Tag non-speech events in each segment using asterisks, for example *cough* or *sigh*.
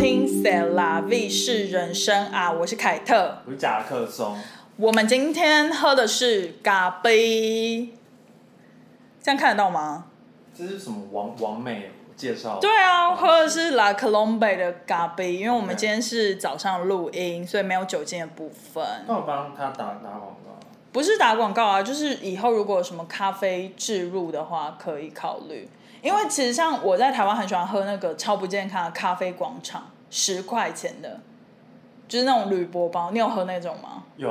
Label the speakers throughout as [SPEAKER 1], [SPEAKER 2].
[SPEAKER 1] 听《塞拉 V 是人生》啊，我是凯特。
[SPEAKER 2] 我是甲克松，
[SPEAKER 1] 我们今天喝的是咖啡，这样看得到吗？
[SPEAKER 2] 这是什么王王美介绍？
[SPEAKER 1] 对啊，喝的是 La Colombe 的咖啡，因为我们今天是早上录音，所以没有酒精的部分。
[SPEAKER 2] 那我帮他打打广告。
[SPEAKER 1] 不是打广告啊，就是以后如果有什么咖啡置入的话，可以考虑。因为其实像我在台湾很喜欢喝那个超不健康的咖啡广场，十块钱的，就是那种铝箔包。你有喝那种吗？
[SPEAKER 2] 有，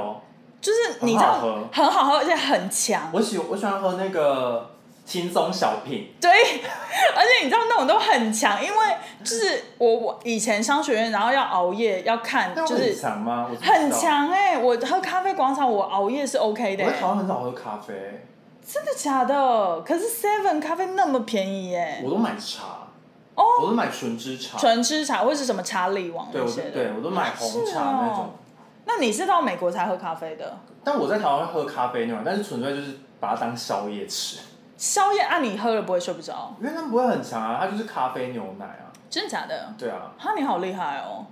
[SPEAKER 1] 就是你知道
[SPEAKER 2] 很好喝
[SPEAKER 1] 很好喝，而且很强。
[SPEAKER 2] 我喜我喜欢喝那个轻松小品，
[SPEAKER 1] 对， *laughs* 而且你知道那种都很强，因为就是我我以前商学院，然后要熬夜要看，
[SPEAKER 2] 那
[SPEAKER 1] 就
[SPEAKER 2] 我很
[SPEAKER 1] 是
[SPEAKER 2] 强吗？我怎么
[SPEAKER 1] 很
[SPEAKER 2] 知道。
[SPEAKER 1] 强哎、我喝咖啡广场，我熬夜是 OK 的、
[SPEAKER 2] 我在台
[SPEAKER 1] 欸。
[SPEAKER 2] 湾很少喝咖啡，
[SPEAKER 1] 真的假的？可是 Seven 咖啡那么便宜耶、
[SPEAKER 2] 我都买茶，
[SPEAKER 1] 哦
[SPEAKER 2] 我都买纯汁茶，
[SPEAKER 1] 纯吃茶或是什么茶里王
[SPEAKER 2] 对，
[SPEAKER 1] 那
[SPEAKER 2] 我
[SPEAKER 1] 些
[SPEAKER 2] 都
[SPEAKER 1] 的。哦
[SPEAKER 2] 对我都买红茶那种。
[SPEAKER 1] 那你是到美国才喝咖啡的？
[SPEAKER 2] 但我在台湾会喝咖啡那种，但是纯粹就是把它当宵夜吃，
[SPEAKER 1] 宵夜啊，你喝了不会睡不着？
[SPEAKER 2] 因为它不会很强啊，它就是咖啡牛奶啊，
[SPEAKER 1] 真的假的？
[SPEAKER 2] 对啊，
[SPEAKER 1] 哈，你好厉害哦！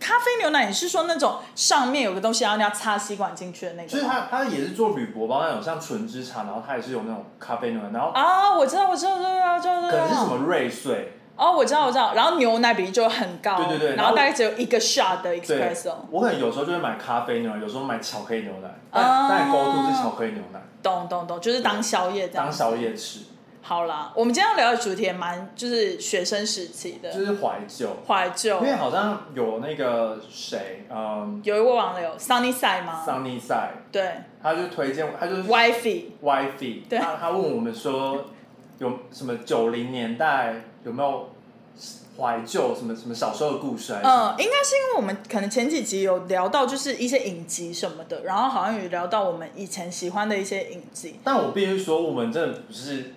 [SPEAKER 1] 咖啡牛奶，你是说那种上面有个东西，然后你要插吸管进去的那
[SPEAKER 2] 就是
[SPEAKER 1] 个吗？
[SPEAKER 2] 它它也是做铝箔包那种，像纯汁茶，然后它也是有那种咖啡牛奶，然后
[SPEAKER 1] 啊，我知道，我知道，知道，知道，知
[SPEAKER 2] 可
[SPEAKER 1] 道。
[SPEAKER 2] 能是什么瑞穗，
[SPEAKER 1] 哦，我知道，我知道。然后牛奶比例就很高，
[SPEAKER 2] 对对对
[SPEAKER 1] 然
[SPEAKER 2] 然
[SPEAKER 1] 后
[SPEAKER 2] 后
[SPEAKER 1] 大概只有一个 shot 的
[SPEAKER 2] 对
[SPEAKER 1] espresso，，
[SPEAKER 2] 我可能有时候就会买咖啡牛奶，有时候买巧克力牛奶，
[SPEAKER 1] 啊
[SPEAKER 2] 但但 go to 是巧克力牛奶，
[SPEAKER 1] 懂懂懂，就是当宵夜这样。
[SPEAKER 2] 当宵夜吃，
[SPEAKER 1] 好啦，我们今天要聊的主题也蛮就是学生时期的
[SPEAKER 2] 就是怀旧，
[SPEAKER 1] 怀旧
[SPEAKER 2] 因。为好像有那个谁，嗯
[SPEAKER 1] 有一位网友 Sunny Side 吗？
[SPEAKER 2] ，Sunny Side，
[SPEAKER 1] 对
[SPEAKER 2] 他就推荐，他就是
[SPEAKER 1] ，WiFi。
[SPEAKER 2] WiFi，
[SPEAKER 1] 对
[SPEAKER 2] 他他问我们说有什么九零年代有没有怀旧什么什么小时候的故事还是什么
[SPEAKER 1] 嗯，应该是因为我们可能前几集有聊到就是一些影集什么的，然后好像有聊到我们以前喜欢的一些影集。
[SPEAKER 2] 但我必须说，我们真的不是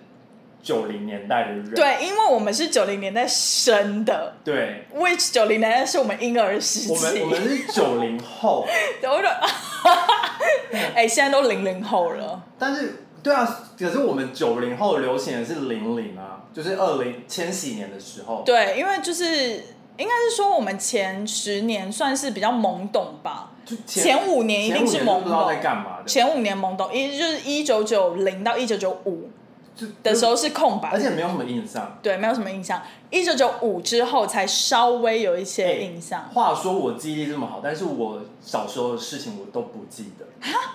[SPEAKER 2] 九零年代的人，
[SPEAKER 1] 对，因为我们是九零年代生的
[SPEAKER 2] 对
[SPEAKER 1] ，which 九零年代是我们婴儿时期。
[SPEAKER 2] 我们我们是九零后，
[SPEAKER 1] 对我就， *laughs* 哎、现在都零零后了，
[SPEAKER 2] 但是对啊，可是我们九零后流行的是零零啊，就是二零千禧年的时候，
[SPEAKER 1] 对，因为就是应该是说我们前十年算是比较懵懂吧，
[SPEAKER 2] 就
[SPEAKER 1] 前五年一定是
[SPEAKER 2] 前五
[SPEAKER 1] 懵
[SPEAKER 2] 不知道在
[SPEAKER 1] 懂，
[SPEAKER 2] 干嘛的，
[SPEAKER 1] 前五年懵懂，一就是一九九零到一九九五
[SPEAKER 2] 就
[SPEAKER 1] 的时
[SPEAKER 2] 候，
[SPEAKER 1] 候是空白
[SPEAKER 2] 而，且没有什么印象。
[SPEAKER 1] 对，没有什么印象，一九九五之后才稍微有一
[SPEAKER 2] 哎
[SPEAKER 1] 些印象，
[SPEAKER 2] 话说我记忆力这么好，但是我小时候的事情我都不记得，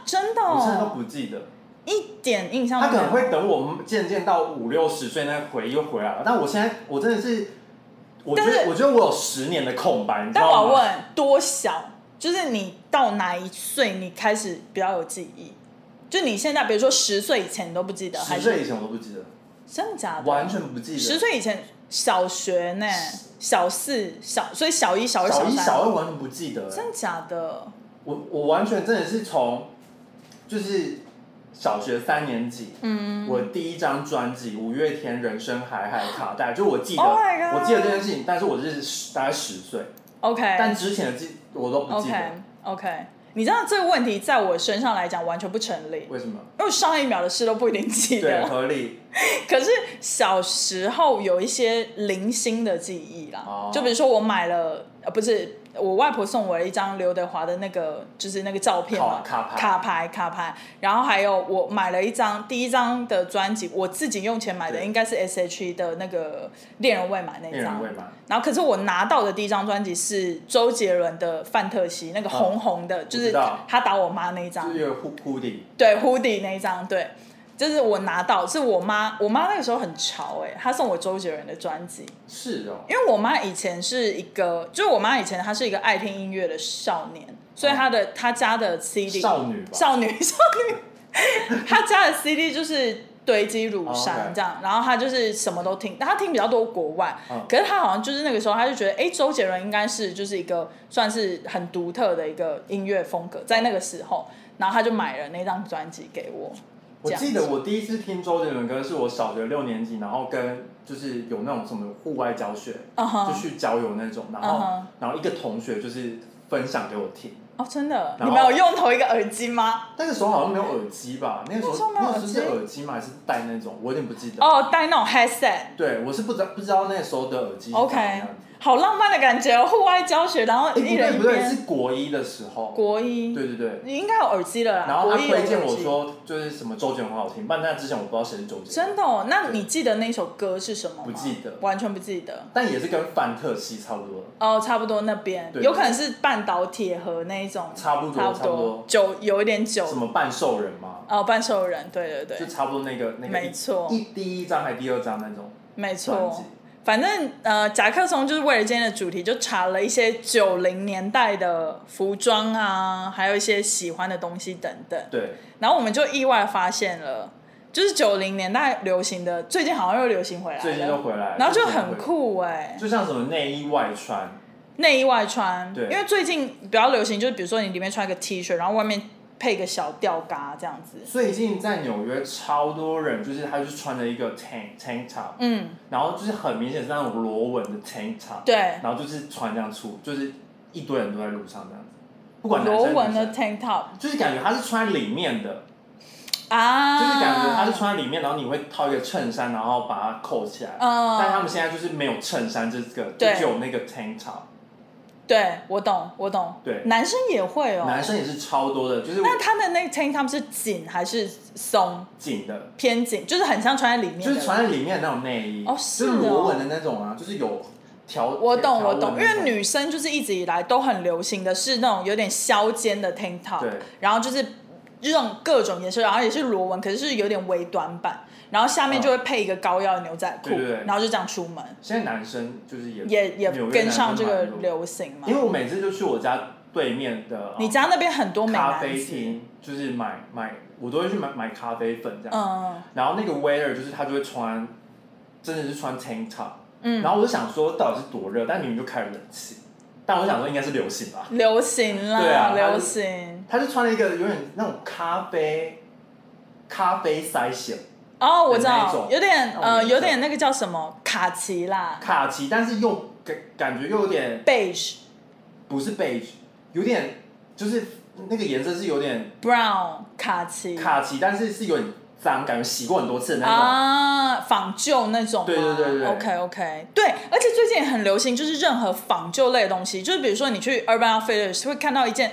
[SPEAKER 1] 真的、
[SPEAKER 2] 我真的都
[SPEAKER 1] 哦，
[SPEAKER 2] 不记得。
[SPEAKER 1] 一点印象
[SPEAKER 2] 他
[SPEAKER 1] 都
[SPEAKER 2] 可
[SPEAKER 1] 没有。
[SPEAKER 2] 能会等我们渐渐到五六十岁，那回忆又回来了。但我现在我真的是，我觉
[SPEAKER 1] 但
[SPEAKER 2] 得
[SPEAKER 1] 是
[SPEAKER 2] 我觉得我有十年的空白，你知
[SPEAKER 1] 但我
[SPEAKER 2] 道
[SPEAKER 1] 要
[SPEAKER 2] 吗？
[SPEAKER 1] 问多小，就是你到哪一岁你开始比较有记忆？就你现在，比如说十岁以前你都不记得，还
[SPEAKER 2] 十
[SPEAKER 1] 是
[SPEAKER 2] 岁以前我都不记得，
[SPEAKER 1] 真的假的？
[SPEAKER 2] 完全不记得。
[SPEAKER 1] 十岁以前小学呢，小四小，所以小一、小二、
[SPEAKER 2] 小一、
[SPEAKER 1] 三，
[SPEAKER 2] 小二完全不记得。欸
[SPEAKER 1] 真的假的？
[SPEAKER 2] 我我完全真的是从，就是小学三年级，
[SPEAKER 1] 嗯，
[SPEAKER 2] 我第一张专辑《五月天人生海海》卡带，就我记得
[SPEAKER 1] Oh my god
[SPEAKER 2] 我记得这件事情，但是我是十大概十岁，但
[SPEAKER 1] OK
[SPEAKER 2] 之前的记我都不记
[SPEAKER 1] OK
[SPEAKER 2] 得，
[SPEAKER 1] OK，你知道这个问题在我身上来讲完全不成立，
[SPEAKER 2] 为什么？
[SPEAKER 1] 因为上一秒的事都不一定记 *laughs*
[SPEAKER 2] 对，
[SPEAKER 1] 得。
[SPEAKER 2] 合理。
[SPEAKER 1] 可是小时候有一些零星的记忆啦，
[SPEAKER 2] 哦
[SPEAKER 1] 就比如说我买了，呃，不是我外婆送我了一张刘德华的那个，就是那个照片嘛，
[SPEAKER 2] 卡
[SPEAKER 1] 卡
[SPEAKER 2] 卡牌
[SPEAKER 1] 牌卡牌，然后还有我买了一张第一张的专辑，我自己用钱买的，
[SPEAKER 2] 对
[SPEAKER 1] 应该是 S H E 的那个恋人未满那
[SPEAKER 2] 恋人
[SPEAKER 1] 张
[SPEAKER 2] 未。满。
[SPEAKER 1] 然后，可是我拿到的第一张专辑是周杰伦的《范特西》，那个红红的，就
[SPEAKER 2] 嗯我
[SPEAKER 1] 是
[SPEAKER 2] 知道
[SPEAKER 1] 他打我妈那一张。
[SPEAKER 2] 就是有护护底，
[SPEAKER 1] 对 hoodie 那一张，对，就是我拿到，是我妈，我妈那个时候很潮哎、她送我周杰伦的专辑，
[SPEAKER 2] 是哦，
[SPEAKER 1] 因为我妈以前是一个，就是我妈以前她是一个爱听音乐的少年，所以她的、她家的 CD
[SPEAKER 2] 少女吧，
[SPEAKER 1] 少女 *laughs* 少女，她家的 CD 就是堆积如
[SPEAKER 2] 哦
[SPEAKER 1] 山
[SPEAKER 2] ，OK
[SPEAKER 1] 这样，然后她就是什么都听，但她听比较多国外，
[SPEAKER 2] 嗯
[SPEAKER 1] 可是她好像就是那个时候，她就觉得哎、诶周杰伦应该是就是一个算是很独特的一个音乐风格，在那个时候，然后她就买了那张专辑给我。
[SPEAKER 2] 我记得我第一次听周杰伦歌是我小学六年级，然后跟就是有那种什么户外教学，
[SPEAKER 1] 嗯
[SPEAKER 2] 就
[SPEAKER 1] 哼，
[SPEAKER 2] 去郊游那种，然后、
[SPEAKER 1] 嗯哼
[SPEAKER 2] 然后一个同学就是分享给我听，
[SPEAKER 1] 哦，真的，
[SPEAKER 2] 然
[SPEAKER 1] 你
[SPEAKER 2] 后
[SPEAKER 1] 们有用同一个耳机吗？
[SPEAKER 2] 那个时候好像没有耳机吧？那个时
[SPEAKER 1] 那时候
[SPEAKER 2] 候
[SPEAKER 1] 没有
[SPEAKER 2] 那个时候是
[SPEAKER 1] 耳机
[SPEAKER 2] 耳机吗？还是戴那种？我有点不记得。
[SPEAKER 1] 哦，戴那种 headset。
[SPEAKER 2] 对，我是不知道不知道那时候的耳机是长
[SPEAKER 1] OK，
[SPEAKER 2] 什么样子。
[SPEAKER 1] 好浪漫的感觉哦，户外教学，然后
[SPEAKER 2] 哎，
[SPEAKER 1] 一
[SPEAKER 2] 不对
[SPEAKER 1] 人一
[SPEAKER 2] 不对，
[SPEAKER 1] 边。
[SPEAKER 2] 是国一的时候。
[SPEAKER 1] 国一，
[SPEAKER 2] 对对对。
[SPEAKER 1] 你应该有耳机了啦。
[SPEAKER 2] 然后他
[SPEAKER 1] 国一有
[SPEAKER 2] 推荐
[SPEAKER 1] 耳
[SPEAKER 2] 我
[SPEAKER 1] 机，
[SPEAKER 2] 说，就是什么周杰伦很好听，但那之前我不知道谁是周杰伦，
[SPEAKER 1] 真的、哦？那你记得那首歌是什么吗？
[SPEAKER 2] 不记得
[SPEAKER 1] 完全不记得。
[SPEAKER 2] 但也是跟范特西差不多。
[SPEAKER 1] 哦，差不多那边，
[SPEAKER 2] 对
[SPEAKER 1] 有可能是半岛铁盒那一种，
[SPEAKER 2] 差不多
[SPEAKER 1] 差不
[SPEAKER 2] 差不多
[SPEAKER 1] 酒有一点酒
[SPEAKER 2] 什，么半兽人嘛，
[SPEAKER 1] 哦，半兽人，对对
[SPEAKER 2] 就
[SPEAKER 1] 对，
[SPEAKER 2] 差不多那个那个
[SPEAKER 1] 没
[SPEAKER 2] 一
[SPEAKER 1] 错
[SPEAKER 2] 一第一张还第二张那种
[SPEAKER 1] 没
[SPEAKER 2] 专辑
[SPEAKER 1] 错。。反正呃，夹克松就是为了今天的主题，就查了一些九零年代的服装啊，还有一些喜欢的东西等等。
[SPEAKER 2] 对，
[SPEAKER 1] 然后我们就意外发现了，就是九零年代流行的，最近好像又流行回来了，
[SPEAKER 2] 最近又回来了，
[SPEAKER 1] 然后就
[SPEAKER 2] 最近又
[SPEAKER 1] 很
[SPEAKER 2] 回来了，
[SPEAKER 1] 酷哎、
[SPEAKER 2] 就像什么内衣外穿，
[SPEAKER 1] 内衣外穿，因
[SPEAKER 2] 对
[SPEAKER 1] 为最近比较流行，就是比如说你里面穿一个 T 恤，然后外面配个小吊嘎这样子，
[SPEAKER 2] 最近在纽约超多人，就是他就是穿着一个 tank tank top，
[SPEAKER 1] 嗯，
[SPEAKER 2] 然后就是很明显是那种螺纹的 tank top，
[SPEAKER 1] 对，
[SPEAKER 2] 然后就是穿这样出，就是一堆人都在路上这样子，不管男
[SPEAKER 1] 螺
[SPEAKER 2] 生
[SPEAKER 1] 纹
[SPEAKER 2] 女
[SPEAKER 1] 的
[SPEAKER 2] 生，
[SPEAKER 1] tank top
[SPEAKER 2] 就是感觉他是穿里面的，
[SPEAKER 1] 啊，
[SPEAKER 2] 就是感觉他是穿里面，然后你会套一个衬衫，然后把它扣起来。
[SPEAKER 1] 嗯
[SPEAKER 2] 但他们现在就是没有衬衫这个，就
[SPEAKER 1] 对
[SPEAKER 2] 只有那个 tank top。
[SPEAKER 1] 对我懂，我懂，
[SPEAKER 2] 对
[SPEAKER 1] 男生也会哦，
[SPEAKER 2] 男生也是超多的，就是
[SPEAKER 1] 那他的那个 tank top 是紧还是松？
[SPEAKER 2] 紧的，
[SPEAKER 1] 偏紧，就是很像穿在里面的，
[SPEAKER 2] 就是穿在里面的那种内衣，
[SPEAKER 1] 哦是
[SPEAKER 2] 就是
[SPEAKER 1] 哦
[SPEAKER 2] 螺纹的那种啊，就是有条。
[SPEAKER 1] 我懂，
[SPEAKER 2] 条
[SPEAKER 1] 我
[SPEAKER 2] 纹的
[SPEAKER 1] 懂，因
[SPEAKER 2] 那
[SPEAKER 1] 为
[SPEAKER 2] 种
[SPEAKER 1] 女生就是一直以来都很流行的是那种有点削肩的 tank top，
[SPEAKER 2] 对
[SPEAKER 1] 然后就是这种各种颜色，然后也是螺纹，可是是有点微短版，然后下面就会配一个高腰的牛仔裤，
[SPEAKER 2] 嗯对对对
[SPEAKER 1] 然后就这样出门，
[SPEAKER 2] 现在男生就是也
[SPEAKER 1] 也也
[SPEAKER 2] 纽约
[SPEAKER 1] 跟
[SPEAKER 2] 男
[SPEAKER 1] 上
[SPEAKER 2] 生
[SPEAKER 1] 这个
[SPEAKER 2] 蛮多的
[SPEAKER 1] 流行嘛
[SPEAKER 2] 因。为我每次就去我家对面的
[SPEAKER 1] 你家那边很多
[SPEAKER 2] 呃
[SPEAKER 1] 美
[SPEAKER 2] 咖
[SPEAKER 1] 男
[SPEAKER 2] 啡
[SPEAKER 1] 子，
[SPEAKER 2] 厅，就是买买，我都会去买买咖啡粉这样。
[SPEAKER 1] 嗯
[SPEAKER 2] 然后那个 waiter 就是他就会穿，真的是穿 tank top，
[SPEAKER 1] 嗯，
[SPEAKER 2] 然后我就想说到底是多热，但明明就开了冷气，但我想说应该是流行吧。
[SPEAKER 1] 流行啦，
[SPEAKER 2] 对啊他就
[SPEAKER 1] 流行。
[SPEAKER 2] 他就穿了一个有点那种咖啡咖啡腮线
[SPEAKER 1] 哦，我知
[SPEAKER 2] 那
[SPEAKER 1] 道
[SPEAKER 2] 种，
[SPEAKER 1] 有点
[SPEAKER 2] 那种
[SPEAKER 1] 呃，
[SPEAKER 2] 颜色
[SPEAKER 1] 有点那个叫什么卡其啦
[SPEAKER 2] 卡其，但是又感感觉又有点
[SPEAKER 1] ，beige、
[SPEAKER 2] 不是 beige，有点就是那个颜色是有点
[SPEAKER 1] brown 卡其，
[SPEAKER 2] 卡其，但是是有点脏，感觉洗过很多次的那种。
[SPEAKER 1] 啊，仿旧那种吗？
[SPEAKER 2] 对对对对
[SPEAKER 1] OK OK，对，而且最近也很流行，就是任何仿旧类的东西，就是比如说你去 Urban Outfitters 会看到一件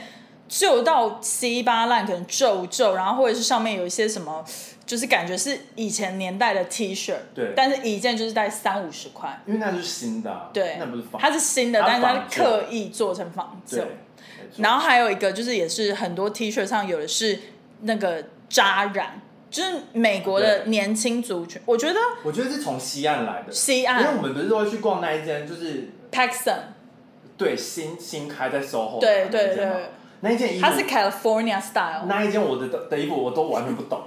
[SPEAKER 1] 旧到稀巴烂，可能皱皱，然后或者是上面有一些什么，就是感觉是以前年代的 T 恤，
[SPEAKER 2] 对
[SPEAKER 1] 但是一件就是在三五十块，
[SPEAKER 2] 因为那是新的、啊，
[SPEAKER 1] 对，
[SPEAKER 2] 那不是仿，
[SPEAKER 1] 它是新的，
[SPEAKER 2] 它
[SPEAKER 1] 但是它
[SPEAKER 2] 仿旧
[SPEAKER 1] 刻意做成仿旧
[SPEAKER 2] 对。，没错
[SPEAKER 1] 然后还有一个就是，也是很多 T 恤上有的是那个扎染，就是美国的年轻族群，我觉得
[SPEAKER 2] 我觉得是从西岸来的，
[SPEAKER 1] 西
[SPEAKER 2] 因为
[SPEAKER 1] 岸
[SPEAKER 2] 我们不是都会去逛那一间，就是
[SPEAKER 1] Texan，
[SPEAKER 2] 对新新开在 SOHO
[SPEAKER 1] 对
[SPEAKER 2] 的那
[SPEAKER 1] 对
[SPEAKER 2] 一间嘛
[SPEAKER 1] 对，
[SPEAKER 2] 那一件衣服
[SPEAKER 1] 它是 California style，
[SPEAKER 2] 那一件我的的的衣服我都完全不
[SPEAKER 1] *laughs*
[SPEAKER 2] 懂，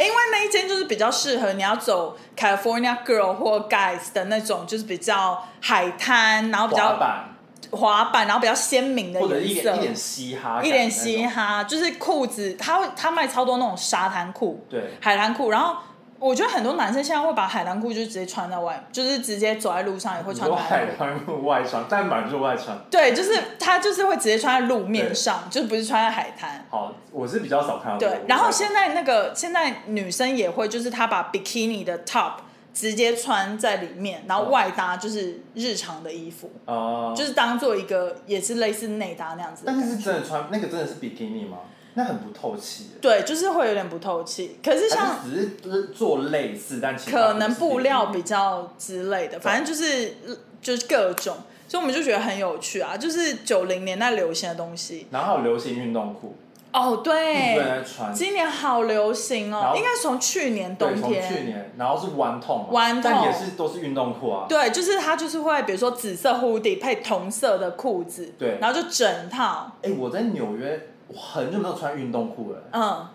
[SPEAKER 1] 因为那一间就是比较适合你要走 California girl 或 guys 的那种，就是比较海滩，然后比
[SPEAKER 2] 滑
[SPEAKER 1] 较
[SPEAKER 2] 板
[SPEAKER 1] 滑板，然后比较鲜明的
[SPEAKER 2] 或者一
[SPEAKER 1] 颜色
[SPEAKER 2] 点一，点嘻哈感的那种，
[SPEAKER 1] 一脸嘻哈，就是裤子，他会他卖超多那种沙滩裤，
[SPEAKER 2] 对
[SPEAKER 1] 海蓝裤，然后我觉得很多男生现在会把海蓝裤就直接穿在外，就是直接走在路上也会
[SPEAKER 2] 你
[SPEAKER 1] 穿
[SPEAKER 2] 说
[SPEAKER 1] 海
[SPEAKER 2] 海
[SPEAKER 1] 蓝裤。
[SPEAKER 2] 滩外穿，但满就是外穿。
[SPEAKER 1] 对，就是他就是会直接穿在路面上，就不是穿在海滩。
[SPEAKER 2] 好，我是比较少看到这个。
[SPEAKER 1] 对，然后现在那个现在女生也会，就是她把 bikini 的 top 直接穿在里面，然后
[SPEAKER 2] 嗯
[SPEAKER 1] 外搭就是日常的衣服，
[SPEAKER 2] 呃，
[SPEAKER 1] 就是当做一个也是类似内搭那样子的
[SPEAKER 2] 但
[SPEAKER 1] 感
[SPEAKER 2] 是
[SPEAKER 1] 觉。
[SPEAKER 2] 是真的穿那个真的是比基尼吗？那很不透气耶。
[SPEAKER 1] 对，就是会有点不透气。可是像
[SPEAKER 2] 还是只是做类似，但其实它
[SPEAKER 1] 可能布料比
[SPEAKER 2] 不是
[SPEAKER 1] 较之类的，反正就是就是各种，所以我们就觉得很有趣啊，就是九零年代流行的东西
[SPEAKER 2] 比基尼。。然后还有流行运动裤，
[SPEAKER 1] 哦，
[SPEAKER 2] 一堆
[SPEAKER 1] 对，
[SPEAKER 2] 人在穿。
[SPEAKER 1] 今年好流行
[SPEAKER 2] 然
[SPEAKER 1] 哦，
[SPEAKER 2] 后
[SPEAKER 1] 应该从去年
[SPEAKER 2] 对，
[SPEAKER 1] 冬
[SPEAKER 2] 从去
[SPEAKER 1] 天。
[SPEAKER 2] 年，然后是弯筒嘛，
[SPEAKER 1] 弯筒
[SPEAKER 2] 但也是都是运动裤啊。
[SPEAKER 1] 对，就是它就是会，比如说紫色 hoodie 配同色的裤子，
[SPEAKER 2] 对
[SPEAKER 1] 然后就整套，
[SPEAKER 2] 哎，我在纽约，我很久没有穿运动裤了，欸
[SPEAKER 1] 嗯，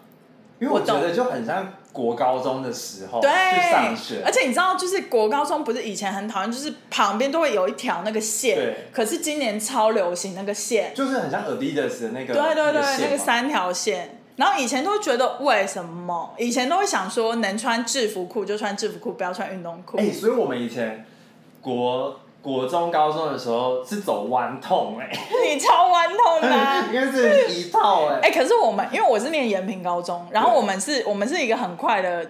[SPEAKER 2] 因为
[SPEAKER 1] 我
[SPEAKER 2] 我
[SPEAKER 1] 懂
[SPEAKER 2] 觉得就很像国高中的时候
[SPEAKER 1] 对
[SPEAKER 2] 去上，学
[SPEAKER 1] 而，且你知道，就是国高中不是以前很讨厌，就是旁边都会有一条那个线
[SPEAKER 2] 对，
[SPEAKER 1] 可是今年超流行那个线，
[SPEAKER 2] 就是很像 Adidas 的那个
[SPEAKER 1] 对对对，那
[SPEAKER 2] 那
[SPEAKER 1] 个
[SPEAKER 2] 个衫，
[SPEAKER 1] 三条线。然后以前都觉得为什么？以前都会想
[SPEAKER 2] 哎
[SPEAKER 1] 说，能穿制服裤就穿制服裤，不要穿运动裤。
[SPEAKER 2] 哎，所以我们以前国国中、高中的时候是走顽痛哎、
[SPEAKER 1] *laughs* 你超弯痛的啊、
[SPEAKER 2] *laughs* 应该是一套哎、
[SPEAKER 1] 哎、可是我们因为我是念延平高中，然后我们是我们是一个很快的